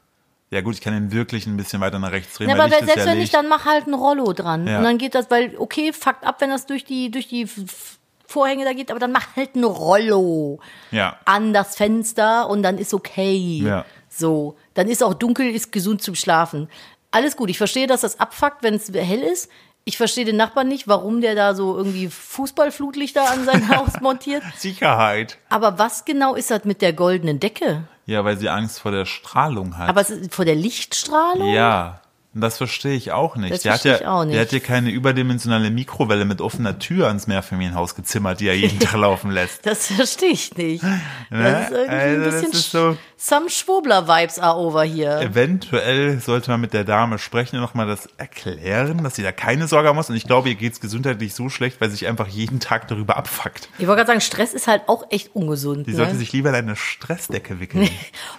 ja gut, ich kann ihn wirklich ein bisschen weiter nach rechts drehen,
Ja,
weil
aber
Licht ist
selbst
ja
wenn nicht,
Licht.
dann mach halt ein Rollo dran.
Ja.
Und dann geht das, weil, okay, fuckt ab, wenn das durch die, durch die F- F- Vorhänge da geht, aber dann mach halt ein Rollo
ja.
an das Fenster und dann ist okay.
Ja.
So, dann ist auch dunkel, ist gesund zum Schlafen. Alles gut. Ich verstehe, dass das abfuckt, wenn es hell ist. Ich verstehe den Nachbarn nicht, warum der da so irgendwie Fußballflutlichter an sein Haus montiert.
Sicherheit.
Aber was genau ist das mit der goldenen Decke?
Ja, weil sie Angst vor der Strahlung hat.
Aber es ist vor der Lichtstrahlung?
ja. Und das verstehe ich auch nicht.
Das
der hat
verstehe
ja,
ich auch nicht.
Der hat ja keine überdimensionale Mikrowelle mit offener Tür ans Mehrfamilienhaus gezimmert, die er jeden Tag laufen lässt.
Das verstehe ich nicht. Das ist irgendwie
Ne? also
ein
das
bisschen
ist so- Äh,
Some Schwobler-Vibes are over hier.
Eventuell sollte man mit der Dame sprechen und nochmal das erklären, dass sie da keine Sorge haben muss. Und ich glaube, ihr geht's gesundheitlich so schlecht, weil sie sich einfach jeden Tag darüber abfuckt.
Ich wollte gerade sagen, Stress ist halt auch echt ungesund.
Die
ne?
sollte sich lieber in eine Stressdecke wickeln.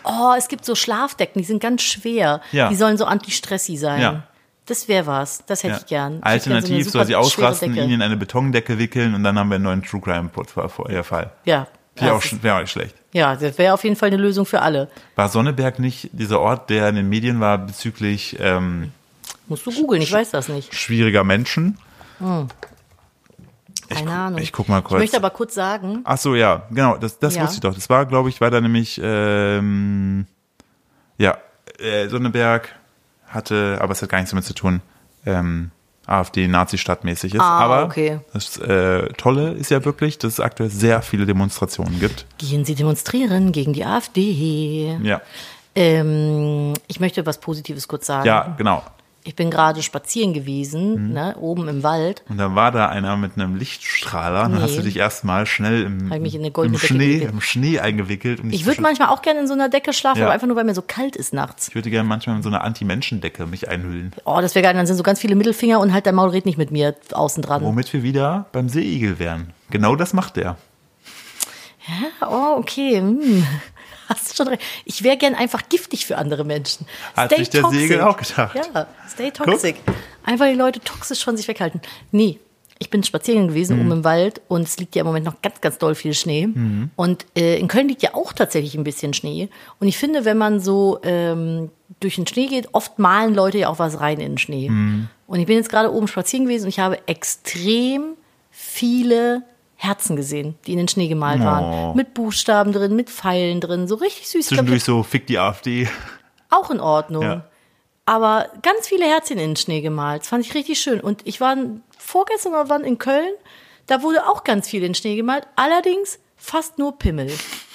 Oh, es gibt so Schlafdecken, die sind ganz schwer.
Ja.
Die sollen so anti-stressy sein.
Ja.
Das wäre was. Das hätte
Ja.
ich gern. Ich hätte gern so eine
Alternativ
super
soll sie
schwere
ausrasten,
Decke.
ihn in eine Betondecke wickeln und dann haben wir einen neuen True Crime Fall. Fall.
ja.
Wäre auch,
Das ist-
sch- wäre auch nicht schlecht.
ja, das wäre auf jeden Fall eine Lösung für alle.
War Sonneberg nicht dieser Ort, der in den Medien war bezüglich ähm,
Musst du googeln, ich weiß das nicht.
Schwieriger Menschen.
Hm. Keine Ahnung.
ich guck mal kurz.
Ich möchte aber kurz sagen,
Ach so, ja, genau, das, das
Ja.
wusste ich doch. Das war, glaube ich, war da nämlich, ähm, ja, äh, Sonneberg hatte, aber es hat gar nichts damit zu tun, ähm, AfD-Nazi-Stadt mäßig ist.
Ah,
aber
okay.
das äh, Tolle ist ja wirklich, dass es aktuell sehr viele Demonstrationen gibt.
gehen Sie demonstrieren gegen die AfD.
Ja,
Ähm, ich möchte was Positives kurz sagen.
ja, genau. Mhm.
Ich bin gerade spazieren gewesen, ne, oben im Wald.
Und dann war da einer mit einem Lichtstrahler und dann
Nee.
hast du dich erstmal schnell im,
Hab ich mich in eine
im,
goldene Decke
Schnee,
gewickelt.
im Schnee eingewickelt. Um dich
Ich
zu
würde
schützen.
manchmal auch gerne in so einer Decke schlafen,
Ja.
aber einfach nur, weil mir so kalt ist nachts.
ich würde gerne manchmal in so eine Anti-Menschen-Decke mich einhüllen.
Oh, das wäre geil. Dann sind so ganz viele Mittelfinger und halt dein Maul redet nicht mit mir außen dran.
Womit wir wieder beim Seeigel wären. Genau das macht er.
Oh, okay. Hm. Hast schon recht. Ich wäre gern einfach giftig für andere Menschen.
Hat sich der Segel auch gedacht.
Ja, stay toxic. Einfach die Leute toxisch von sich weghalten. Nee, ich bin spazieren gewesen
Mhm.
oben im Wald und es liegt ja im Moment noch ganz, ganz doll viel Schnee.
Mhm.
Und äh, in Köln liegt ja auch tatsächlich ein bisschen Schnee. Und ich finde, wenn man so ähm, durch den Schnee geht, oft malen Leute ja auch was rein in den Schnee.
Mhm.
Und ich bin jetzt gerade oben spazieren gewesen und ich habe extrem viele Herzen gesehen, die in den Schnee gemalt
Oh.
waren. Mit Buchstaben drin, mit Pfeilen drin, so richtig süß. Ich glaub,
Zwischendurch so, fick die AfD.
auch in Ordnung.
Ja.
Aber ganz viele Herzchen in den Schnee gemalt. Das fand ich richtig schön. Und ich war vorgestern oder wann in Köln, da wurde auch ganz viel in den Schnee gemalt. Allerdings fast nur Pimmel.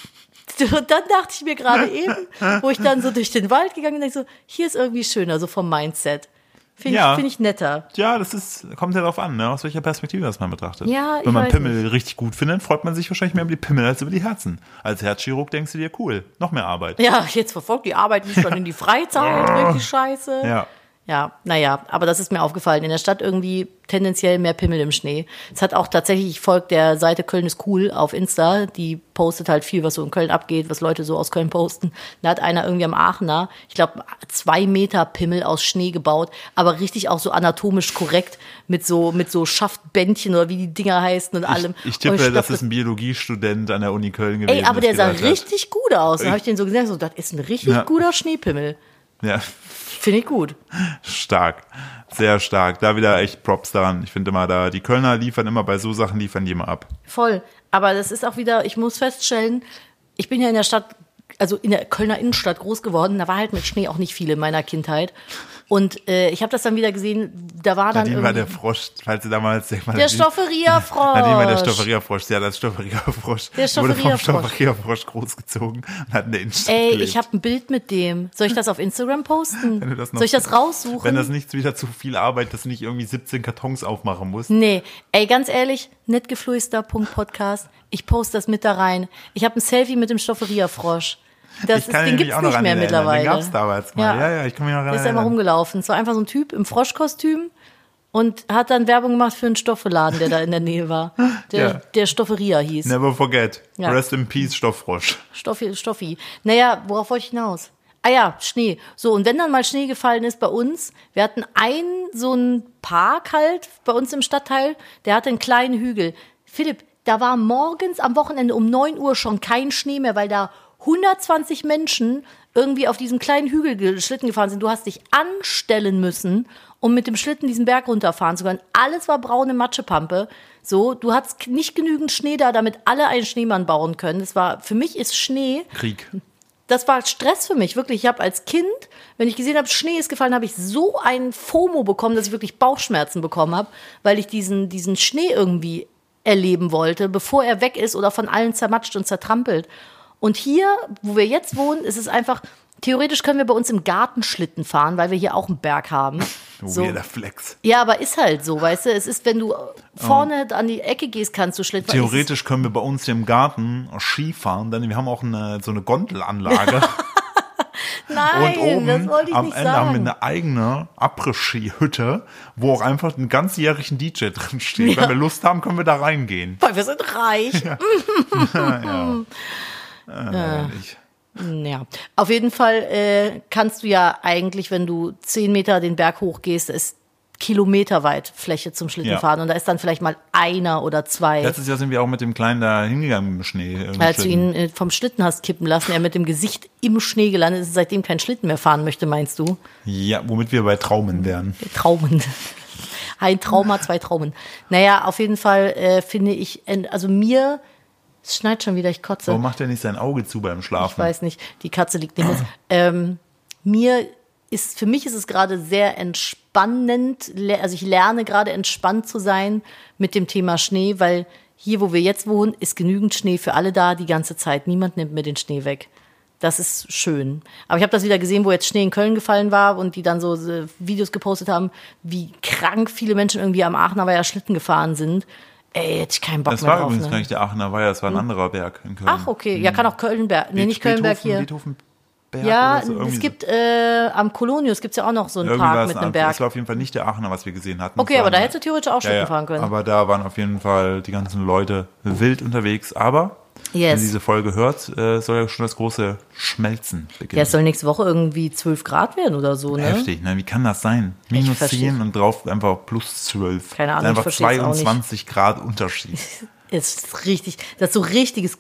Und dann dachte ich mir gerade eben, wo ich dann so durch den Wald gegangen bin, dachte ich so, hier ist irgendwie schöner, so vom Mindset. Finde
Ja.
ich, find ich netter.
Ja, das ist, kommt ja darauf an, ne? aus welcher Perspektive das man betrachtet.
Ja, ich
Wenn man
weiß
Pimmel richtig gut findet, freut man sich wahrscheinlich mehr über die Pimmel als über die Herzen. Als Herzchirurg denkst du dir, cool, noch mehr Arbeit.
Ja, jetzt verfolgt die Arbeit mich schon in die Freizeit, richtig scheiße.
Ja.
Ja, naja, aber das ist mir aufgefallen. In der Stadt irgendwie tendenziell mehr Pimmel im Schnee. Es hat auch tatsächlich, ich folge der Seite Köln ist cool auf Insta, die postet halt viel, was so in Köln abgeht, was Leute so aus Köln posten. Da hat einer irgendwie am Aachener, ich glaube, zwei Meter Pimmel aus Schnee gebaut, aber richtig auch so anatomisch korrekt mit so, mit so Schaftbändchen oder wie die Dinger heißen und allem.
Ich
Und
tippe,
glaub,
das ist ein Biologiestudent an der Uni Köln gewesen.
Ey, aber der
das
sah
gedacht hat.
richtig gut aus. Dann habe ich den so gesehen, so, das ist ein richtig
Ja.
guter Schneepimmel.
Ja,
Finde ich gut.
stark. Sehr stark. Da wieder echt Props daran. Ich finde immer da, die Kölner liefern immer, bei so Sachen liefern die immer ab.
Voll. Aber das ist auch wieder, ich muss feststellen, ich bin ja in der Stadt, also in der Kölner Innenstadt groß geworden. Da war halt mit Schnee auch nicht viel in meiner Kindheit. Und äh, ich habe das dann wieder gesehen, da war dann
Nadine war
irgendwie
der Frosch, falls ihr damals denkt mal.
der
Nadine-
Stofferierfrosch.
Nadine war der Stofferierfrosch, ja, das Stofferierfrosch.
Oh, Der
Wurde vom
Stofferierfrosch.
Stofferierfrosch großgezogen und hat in der Innenstadt
Ey,
gelebt.
ich habe ein Bild mit dem. Soll ich das auf Instagram posten?
du das noch-
Soll ich das raussuchen?
Wenn das nicht wieder zu viel Arbeit, dass du nicht irgendwie 17 Kartons aufmachen musst.
Nee, ey, ganz ehrlich, netgeflüster.podcast. Ich poste das mit da rein. Ich habe ein Selfie mit dem Stofferierfrosch. Das
Ich kann
ist, den
mich
gibt's
auch noch
nicht
an
mehr
den erinnern. Den
mittlerweile.
gab's damals mal. Ja, ja, ich kann mich noch
Der
daran
ist einfach
erinnern.
rumgelaufen. Es war einfach so ein Typ im Froschkostüm und hat dann Werbung gemacht für einen Stoffeladen, der da in der Nähe war. Der,
Ja.
der Stofferia hieß.
Never forget.
Ja.
Rest in peace, Stofffrosch.
Stoffi, Stoffi. Naja, worauf wollte ich hinaus? Ah ja, Schnee. So, und wenn dann mal Schnee gefallen ist bei uns, wir hatten einen so einen Park halt bei uns im Stadtteil, der hatte einen kleinen Hügel. Philipp, da war morgens am Wochenende um 9 Uhr schon kein Schnee mehr, weil da 120 Menschen irgendwie auf diesem kleinen Hügel ge- Schlitten gefahren sind. Du hast dich anstellen müssen, um mit dem Schlitten diesen Berg runterfahren zu können. Alles war braune Matschepampe. So, du hattest k- nicht genügend Schnee da, damit alle einen Schneemann bauen können. Das war, für mich ist Schnee,
Krieg.
das war Stress für mich, wirklich. Ich habe als Kind, wenn ich gesehen habe, Schnee ist gefallen, habe ich so einen FOMO bekommen, dass ich wirklich Bauchschmerzen bekommen habe, weil ich diesen, diesen Schnee irgendwie erleben wollte, bevor er weg ist oder von allen zermatscht und zertrampelt. Und hier, wo wir jetzt wohnen, ist es einfach, theoretisch können wir bei uns im Garten Schlitten fahren, weil wir hier auch einen Berg haben. So.
Weirder Flex.
Ja, aber ist halt so, weißt du, es ist, wenn
Ähm,
du vorne an die Ecke gehst, kannst du Schlitten fahren. Es ist-
Theoretisch können wir bei uns hier im Garten Ski fahren, denn wir haben auch eine, so eine Gondelanlage. Und
Nein,
oben
das wollte ich
am
nicht
Ende
sagen.
haben wir eine eigene Après-Ski-Hütte, wo auch einfach einen ganzjährigen DJ drin steht. Wenn wir Lust haben, können wir da reingehen.
weil wir sind reich.
Äh, ich-
Ja, auf jeden Fall äh, kannst du ja eigentlich, wenn du zehn Meter den Berg hochgehst, ist kilometerweit Fläche zum Schlittenfahren und da ist dann vielleicht mal einer oder zwei.
Letztes Jahr sind wir auch mit dem Kleinen da hingegangen im Schnee. im
Als du
Schlitten.
ihn äh, vom Schlitten hast kippen lassen, er mit dem Gesicht im Schnee gelandet ist, seitdem kein Schlitten mehr fahren möchte, meinst du?
ja, womit wir bei Traumen wären.
Traumen. Ein Trauma, zwei Traumen. Naja, auf jeden Fall äh, finde ich, en- also mir, es schneit schon wieder, ich kotze.
Warum macht er nicht sein Auge zu beim Schlafen?
Ich weiß nicht, die Katze liegt neben uns. Ähm, mir ist, für mich ist es gerade sehr entspannend, le- also ich lerne gerade entspannt zu sein mit dem Thema Schnee, weil hier, wo wir jetzt wohnen, ist genügend Schnee für alle da die ganze Zeit. Niemand nimmt mir den Schnee weg. Das ist schön. Aber ich habe das wieder gesehen, wo jetzt Schnee in Köln gefallen war und die dann so äh, Videos gepostet haben, wie krank viele Menschen irgendwie am Aachener Weiher Schlitten gefahren sind. Ey, hätte ich keinen Bock
Das
mehr
war
drauf.
übrigens
ne?
gar nicht der Aachener Weiher, das war ein anderer Berg in Köln.
Hm? Ach, okay. Ja, kann auch Kölnberg. Nee, nicht Kölnberg
Beethoven,
hier.
Beethovenberg
Ja,
oder so, irgendwie
es gibt äh, am Kolonius gibt's ja auch noch so
so.
einen
Irgendwie war
Park
es
mit
ein
einem
anderes. Es
Berg.
war auf jeden Fall nicht der Aachener, was wir gesehen hatten.
Okay,
Es war
aber da
ein-
hättest du theoretisch auch Schlitten
ja, ja.
fahren können.
Aber da waren auf jeden Fall die ganzen Leute wild unterwegs. Aber wenn
Yes.
ihr diese Folge hört, äh, soll ja schon das große Schmelzen
ja,
beginnen.
es soll nächste Woche irgendwie 12 Grad werden oder so, ne?
Heftig, ne? Wie kann das sein? Minus
versteh's.
10 und drauf einfach plus 12.
Keine Ahnung, ich
Einfach
versteh's auch nicht.
22 Grad Unterschied.
Es ist richtig, das ist so richtiges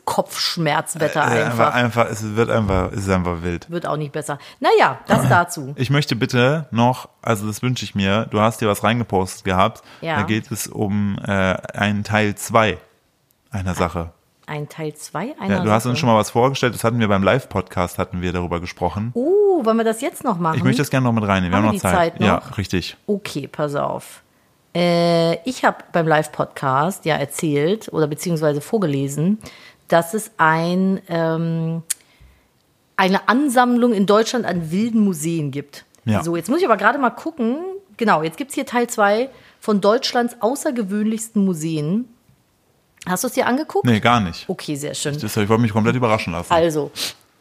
Kopfschmerzwetter
Äh,
einfach.
einfach, es wird einfach, es ist einfach wild.
Wird auch nicht besser. Naja, das dazu.
Ich möchte bitte noch, also das wünsche ich mir, du hast dir was reingepostet gehabt.
Ja.
Da geht es um äh, einen Teil 2 einer Sache.
Ein Teil 2 einer
Ja, du hast uns schon
Sache.
mal was vorgestellt, das hatten wir beim Live-Podcast, hatten wir darüber gesprochen.
Uh, wollen wir das jetzt noch machen?
Ich möchte das gerne noch mit reinnehmen. Wir
Haben
haben,
wir
noch Zeit.
die Zeit noch?
Ja, richtig.
Okay, pass auf. Äh, ich habe beim Live-Podcast ja erzählt oder beziehungsweise vorgelesen, dass es ein, ähm, eine Ansammlung in Deutschland an wilden Museen gibt.
Ja.
So, jetzt muss ich aber gerade mal gucken. Genau, jetzt gibt's hier Teil 2 von Deutschlands außergewöhnlichsten Museen. Hast du es dir angeguckt?
Nee, gar nicht.
Okay, sehr schön.
Das, ich wollte mich komplett überraschen lassen.
Also,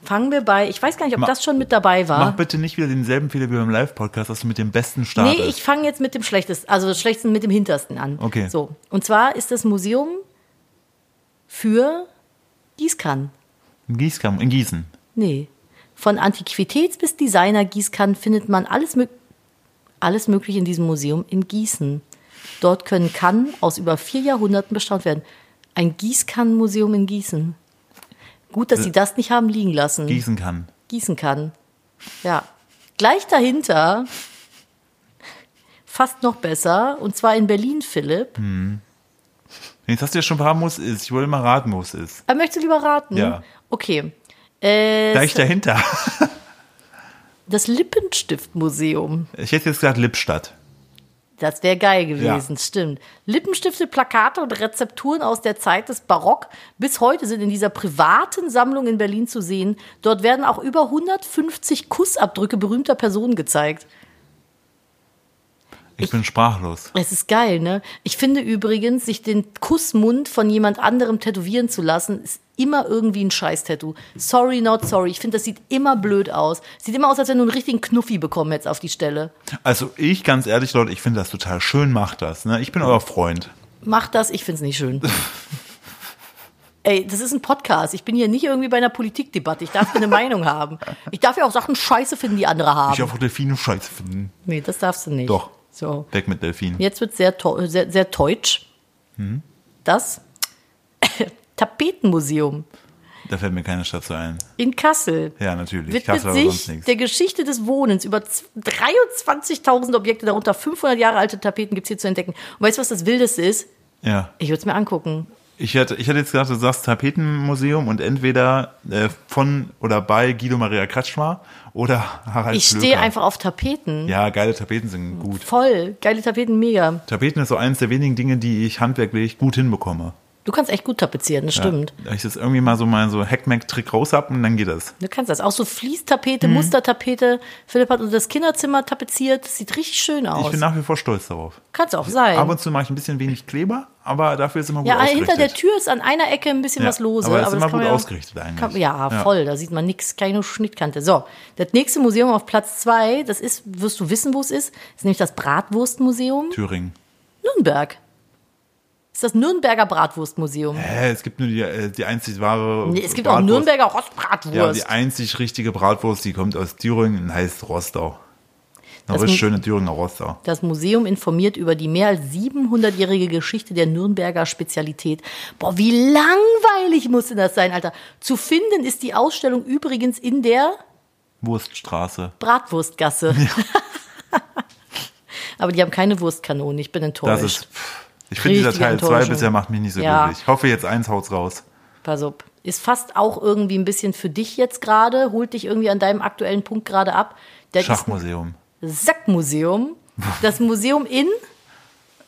fangen wir bei, ich weiß gar nicht, ob
Ma-
das schon mit dabei war.
Mach bitte nicht wieder denselben Fehler wie beim Live-Podcast, dass du mit dem besten startest.
Nee, ich fange jetzt mit dem schlechtesten, also das schlechtesten mit dem hintersten an.
Okay.
So. Und zwar ist das Museum für Gießkannen.
in, Gießkamm, in Gießen.
Nee. Von Antiquitäts bis Designer Gießkannen findet man alles, mög alles mögliche in diesem Museum in Gießen. Dort können Kannen aus über vier Jahrhunderten bestaunt werden. Ein Gießkannenmuseum in Gießen. Gut, dass sie das nicht haben liegen lassen
Äh, Gießen kann.
gießen kann. Ja. Gleich dahinter, fast noch besser, und zwar in Berlin, Philipp.
Hm. Jetzt hast du ja schon ein paar Muss ist. Ich wollte mal raten, wo es ist.
Er möchte lieber raten.
Ja.
Okay. Äh,
Gleich dahinter.
das Lippenstiftmuseum.
Ich hätte jetzt gesagt Lippstadt.
Das wäre geil gewesen, stimmt. Lippenstifte, Plakate und Rezepturen aus der Zeit des Barock bis heute sind in dieser privaten Sammlung in Berlin zu sehen. Dort werden auch über 150 Kussabdrücke berühmter Personen gezeigt.
Ich, bin sprachlos.
Es ist geil, ne? Ich finde übrigens, sich den Kussmund von jemand anderem tätowieren zu lassen, ist immer irgendwie ein Scheiß-Tattoo. Sorry, not sorry. Ich finde, das sieht immer blöd aus. Sieht immer aus, als wenn du einen richtigen Knuffi bekommen hättest auf die Stelle.
Also ich, ganz ehrlich, Leute, ich finde das total schön, macht das. Ne? Ich bin euer Freund.
Mach das, ich find's nicht schön. Ey, das ist ein Podcast. Ich bin hier nicht irgendwie bei einer Politikdebatte. Ich darf hier eine Meinung haben. Ich darf ja auch Sachen scheiße finden, die andere haben.
Ich auch Delfine scheiße finden.
nee, das darfst du nicht.
Doch.
So.
Weg mit Delfinen.
Jetzt wird sehr, to- sehr, sehr deutsch.
Hm?
Das Tapetenmuseum
Da fällt mir keine Stadt zu ein.
in Kassel
Ja, natürlich.
widmet
Kassel, aber sonst
sich
nichts.
der Geschichte des Wohnens. Über z- 23.000 Objekte, darunter 500 Jahre alte Tapeten gibt es hier zu entdecken. Und weißt du, was das Wildeste ist?
Ja.
Ich würde es mir angucken.
Ich hätte, ich hätte jetzt gedacht, du sagst Tapetenmuseum und entweder äh, von oder bei Guido Maria Kretschmer oder Harald
Ich stehe
Glöcker.
einfach auf Tapeten.
Ja, geile Tapeten sind gut.
Voll. Geile Tapeten, mega.
Tapeten ist so eines der wenigen Dinge, die ich handwerklich gut hinbekomme.
Du kannst echt gut tapezieren, das stimmt.
Ja, ich jetzt irgendwie mal so meinen so Hackmack-Trick raus hab und dann geht das.
Du kannst das. Auch so Fließtapete,
Mhm.
Mustertapete. Philipp hat unser das Kinderzimmer tapeziert. Das sieht richtig schön
Ich
aus.
bin nach wie vor stolz darauf.
Kann's auch sein.
Ab und zu mache ich ein bisschen wenig Kleber, aber dafür ist immer gut
Ja,
ausgerichtet.
hinter der Tür ist an einer Ecke ein bisschen
Ja,
was lose.
aber das ist immer
kann
gut
man ja-
ausgerichtet eigentlich.
Kann, ja,
Ja.
voll, da sieht man nichts, keine Schnittkante. So, das nächste Museum auf Platz zwei, das ist, wirst du wissen, wo es ist, ist nämlich das Bratwurstmuseum
Thüringen.
Nürnberg. Ist das Nürnberger Bratwurstmuseum.
Hä, es gibt nur die, äh, die einzig wahre.
Nee, es gibt auch
Bratwurst.
Nürnberger
Ja,
Rostbratwurst.
die einzig richtige Bratwurst, die kommt aus Thüringen und heißt Rostau. Eine richtig schöne Thüringer Roster.
Das Museum informiert über die mehr als 700-jährige Geschichte der Nürnberger Spezialität. Boah, wie langweilig musste das sein, Alter. Zu finden ist die Ausstellung übrigens in der
Wurststraße.
Bratwurstgasse. Aber die haben keine Wurstkanonen, ich bin
Das
enttäuscht.
ist, ich finde dieser
Richtige
Teil 2
Enttäuschung.
bisher macht mich nicht so
Ja.
glücklich. Ich hoffe, jetzt eins haut's raus.
Pass auf. Ist fast auch irgendwie ein bisschen für dich jetzt gerade, holt dich irgendwie an deinem aktuellen Punkt gerade ab. Das
Schachmuseum.
ist ein Sackmuseum. Das Museum in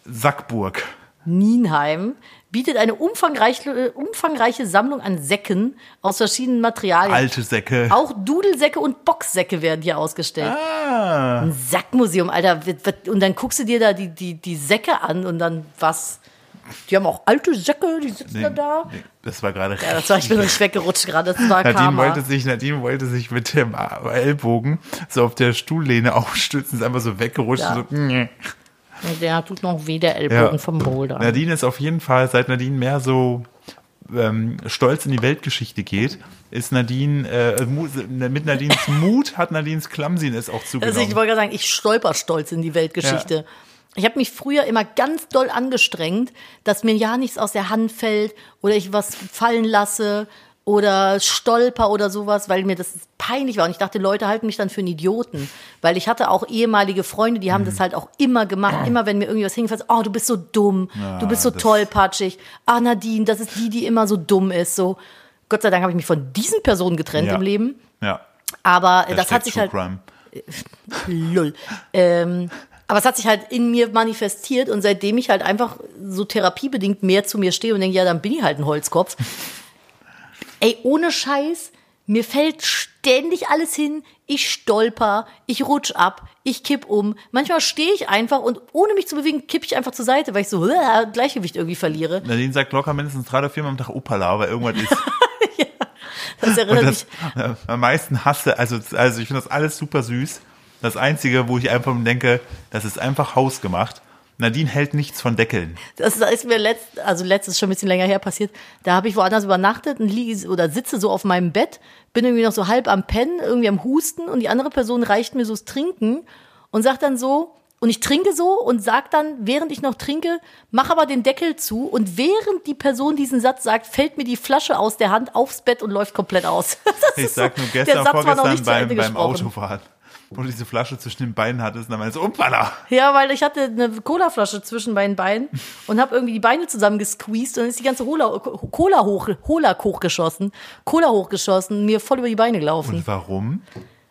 Sackburg.
Nienheim bietet eine umfangreiche, umfangreiche Sammlung an Säcken aus verschiedenen Materialien.
Alte Säcke.
Auch Dudelsäcke und Boxsäcke werden hier ausgestellt.
Ah,
Ein Sackmuseum, Alter. wird- wird- Und dann guckst du dir da die, die, die Säcke an und dann was? Die haben auch alte Säcke, die sitzen
nee,
dann da.
nee, das war gerade
Ja, das war, ich bin richtig weggerutscht gerade. Das war
Nadine
Karma.
wollte, sich, Nadine wollte sich mit dem Ellbogen so auf der Stuhllehne aufstützen, ist einfach so weggerutscht.
Ja.
und So, mm.
Der tut noch weh, der Ellbogen
Ja.
vom Boulder.
Nadine ist auf jeden Fall, seit Nadine mehr so ähm, stolz in die Weltgeschichte geht, ist Nadine, äh, Mu- mit Nadines Mut hat Nadines Clumsiness auch
Also
zugenommen.
ich wollte gerade sagen, ich stolper stolz in die Weltgeschichte. Ich habe mich früher immer ganz doll angestrengt, dass mir ja nichts aus der Hand fällt oder ich was fallen lasse oder stolper oder sowas, weil mir das peinlich war. Und ich dachte, Leute halten mich dann für einen Idioten. Weil ich hatte auch ehemalige Freunde, die
Mhm.
haben das halt auch immer gemacht. Immer wenn mir irgendwas hingefallen ist, oh, du bist so dumm, du bist so
das-
tollpatschig. Ah, Nadine, das ist die, die immer so dumm ist. So, Gott sei Dank habe ich mich von diesen Personen getrennt
Ja.
im Leben.
ja.
Aber äh, das
Hashtag
hat sich
True
halt
Crime.
Lull. Ähm, aber es hat sich halt in mir manifestiert und seitdem ich halt einfach so therapiebedingt mehr zu mir stehe und denke, ja, dann bin ich halt ein Holzkopf. Ey, ohne Scheiß, mir fällt ständig alles hin. Ich stolper, ich rutsch ab, ich kipp um. Manchmal stehe ich einfach und ohne mich zu bewegen, kipp ich einfach zur Seite, weil ich so äh, Gleichgewicht irgendwie verliere.
Nadine sagt locker mindestens drei oder viermal am Tag Opala, weil irgendwas ist.
Das erinnert
Und
mich
das, äh, am meisten hasse, also, also ich finde das alles super süß. Das Einzige, wo ich einfach denke, das ist einfach hausgemacht. Nadine hält nichts von Deckeln.
Das ist mir letzt, also letztes schon ein bisschen länger her passiert. Da habe ich woanders übernachtet und liege oder sitze so auf meinem Bett, bin irgendwie noch so halb am Pennen, irgendwie am Husten und die andere Person reicht mir so das Trinken und sagt dann so, und ich trinke so und sagt dann, während ich noch trinke, mach aber den Deckel zu und während die Person diesen Satz sagt, fällt mir die Flasche aus der Hand aufs Bett und läuft komplett aus. Das
Ich
ist so-
sag nur
der
gestern,
Satz war noch
vorgestern
nicht zu Ende
beim, beim
gesprochen.
Autofahren, wo du diese Flasche zwischen den Beinen hattest und dann meinst du, Opala!
Ja, weil ich hatte eine Colaflasche zwischen meinen Beinen und habe irgendwie die Beine zusammen gesqueezed und dann ist die ganze Hola, Cola hoch, Hola hochgeschossen, Cola hochgeschossen, mir voll über die Beine gelaufen,
Und warum?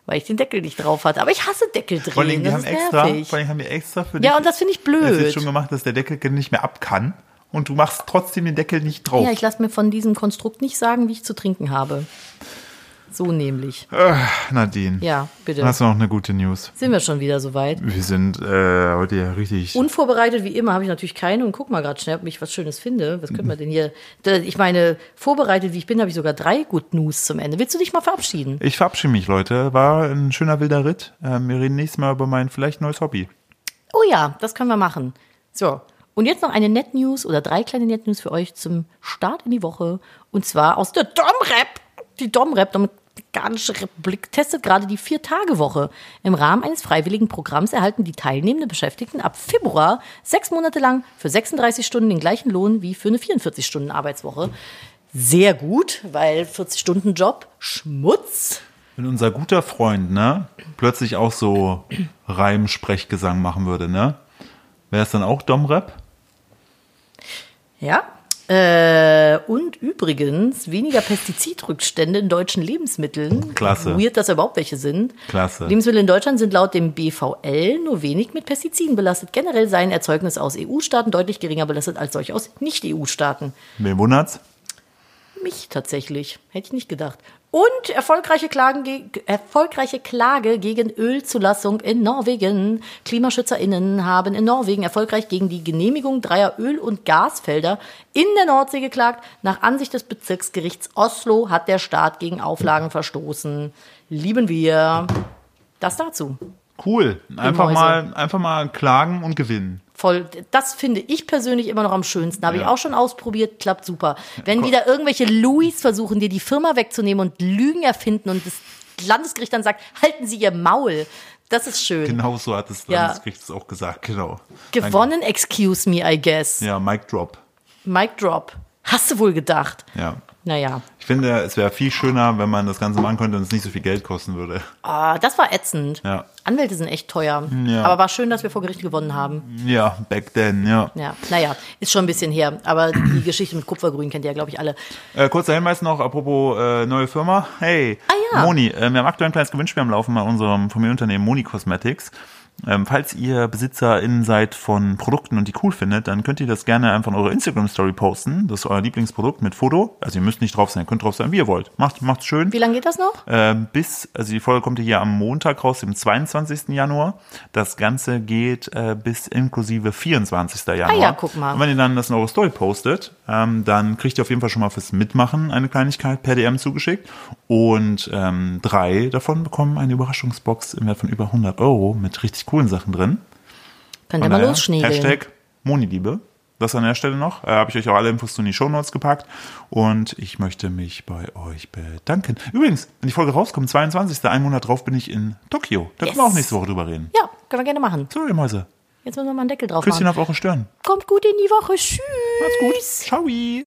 weil ich den Deckel nicht drauf hatte. Aber ich hasse Deckeldrehen,
Vor allem, die
das
haben
ist
extra,
nervig.
vor allem haben wir extra für dich
Ja, und das finde ich
das jetzt
blöd.
schon gemacht, dass der Deckel nicht mehr ab kann und du machst trotzdem den Deckel nicht drauf.
Ja, ich lasse mir von diesem Konstrukt nicht sagen, wie ich zu trinken habe. So nämlich.
Äh, Nadine,
Ja, bitte.
hast du noch eine gute News?
Sind wir schon wieder soweit?
Wir sind äh, heute ja richtig
Unvorbereitet wie immer habe ich natürlich keine und guck mal gerade schnell, ob ich was Schönes finde. Was könnte man denn hier? Da- Ich meine, vorbereitet wie ich bin, habe ich sogar drei Good News zum Ende. Willst du dich mal verabschieden?
Ich verabschiede mich, Leute. War ein schöner wilder Ritt. Ähm, wir reden nächstes Mal über mein vielleicht neues Hobby.
Oh ja, das können wir machen. So. Und jetzt noch eine Net News oder drei kleine Net News für euch zum Start in die Woche. Und zwar aus der Domrep. Die Domrep, Dominikanische Republik, testet gerade die Vier-Tage-Woche. Im Rahmen eines freiwilligen Programms erhalten die teilnehmenden Beschäftigten ab Februar sechs Monate lang für 36 Stunden den gleichen Lohn wie für eine 44-Stunden-Arbeitswoche. Sehr gut, weil 40-Stunden-Job, Schmutz.
Wenn unser guter Freund, ne, plötzlich auch so Reim, Sprechgesang machen würde, ne? Wäre es dann auch Domrap?
Ja. Äh, und übrigens weniger Pestizidrückstände in deutschen Lebensmitteln.
Klasse.
Weird, dass da überhaupt welche sind.
Klasse.
Lebensmittel in Deutschland sind laut dem BVL nur wenig mit Pestiziden belastet. Generell seien Erzeugnisse aus EU-Staaten deutlich geringer belastet als solche aus Nicht-EU-Staaten.
Wen wundert's?
Mich tatsächlich. Hätte ich nicht gedacht. Und erfolgreiche, Klagen ge erfolgreiche Klage gegen Ölzulassung in Norwegen. KlimaschützerInnen haben in Norwegen erfolgreich gegen die Genehmigung dreier Öl- und Gasfelder in der Nordsee geklagt. Nach Ansicht des Bezirksgerichts Oslo hat der Staat gegen Auflagen verstoßen. Lieben wir. Das dazu.
Cool. Einfach
Mäuse.
mal, einfach mal klagen und gewinnen.
Voll, das finde ich persönlich immer noch am schönsten. Habe ich
Ja.
auch schon ausprobiert, klappt super. Wenn
Ko-
wieder irgendwelche Louis versuchen, dir die Firma wegzunehmen und Lügen erfinden und das Landesgericht dann sagt, halten Sie Ihr Maul. Das ist schön.
Genau so hat es
Ja.
dann kriegt es auch gesagt, genau.
Gewonnen, excuse me, I guess.
Ja, Mic Drop.
Mic drop. Hast du wohl gedacht?
Ja.
Naja.
Ich finde, es wäre viel schöner, wenn man das Ganze machen könnte und es nicht so viel Geld kosten würde.
Ah, das war ätzend.
Ja.
Anwälte sind echt teuer.
Ja.
Aber war schön, dass wir vor Gericht gewonnen haben.
Ja, back then, ja.
Ja, naja, ist schon ein bisschen her. Aber die Geschichte mit Kupfergrün kennt ihr ja, glaube ich, alle.
Äh, kurzer Hinweis noch, apropos äh, neue Firma. Hey,
Ah, ja.
Moni, äh, wir haben aktuell ein kleines Gewinnspiel am Laufen bei unserem Familienunternehmen Moni Cosmetics. Ähm, falls ihr BesitzerInnen seid von Produkten und die cool findet, dann könnt ihr das gerne einfach in eure Instagram-Story posten. Das ist euer Lieblingsprodukt mit Foto. Also ihr müsst nicht drauf sein, könnt drauf sein, wie ihr wollt. Macht, macht's schön.
Wie lange geht das noch?
Ähm, bis, also die Folge kommt hier am Montag raus, dem 22. Januar. Das Ganze geht äh, bis inklusive 24. Januar.
Ah ja, guck mal.
Und wenn ihr dann das in eure Story postet, ähm, dann kriegt ihr auf jeden Fall schon mal fürs Mitmachen eine Kleinigkeit per DM zugeschickt. Und ähm, drei davon bekommen eine Überraschungsbox im Wert von über 100 Euro mit richtig coolen Sachen drin.
Könnt ihr
Von
mal
daher,
losschniegeln.
Oh, Hashtag Moniliebe. Das an der Stelle noch. Äh, Habe ich euch auch alle Infos zu in die Shownotes gepackt. Und ich möchte mich bei euch bedanken. Übrigens, wenn die Folge rauskommt, 22. einen Monat drauf bin ich in Tokio. Da können wir
Yes.
auch nächste Woche drüber reden.
Ja, können wir gerne machen.
So, ihr Mäuse.
Jetzt müssen wir mal einen Deckel drauf
Küsschen
machen.
auf eure Stirn.
Kommt gut in die Woche. Tschüss.
Macht's gut. Ciao.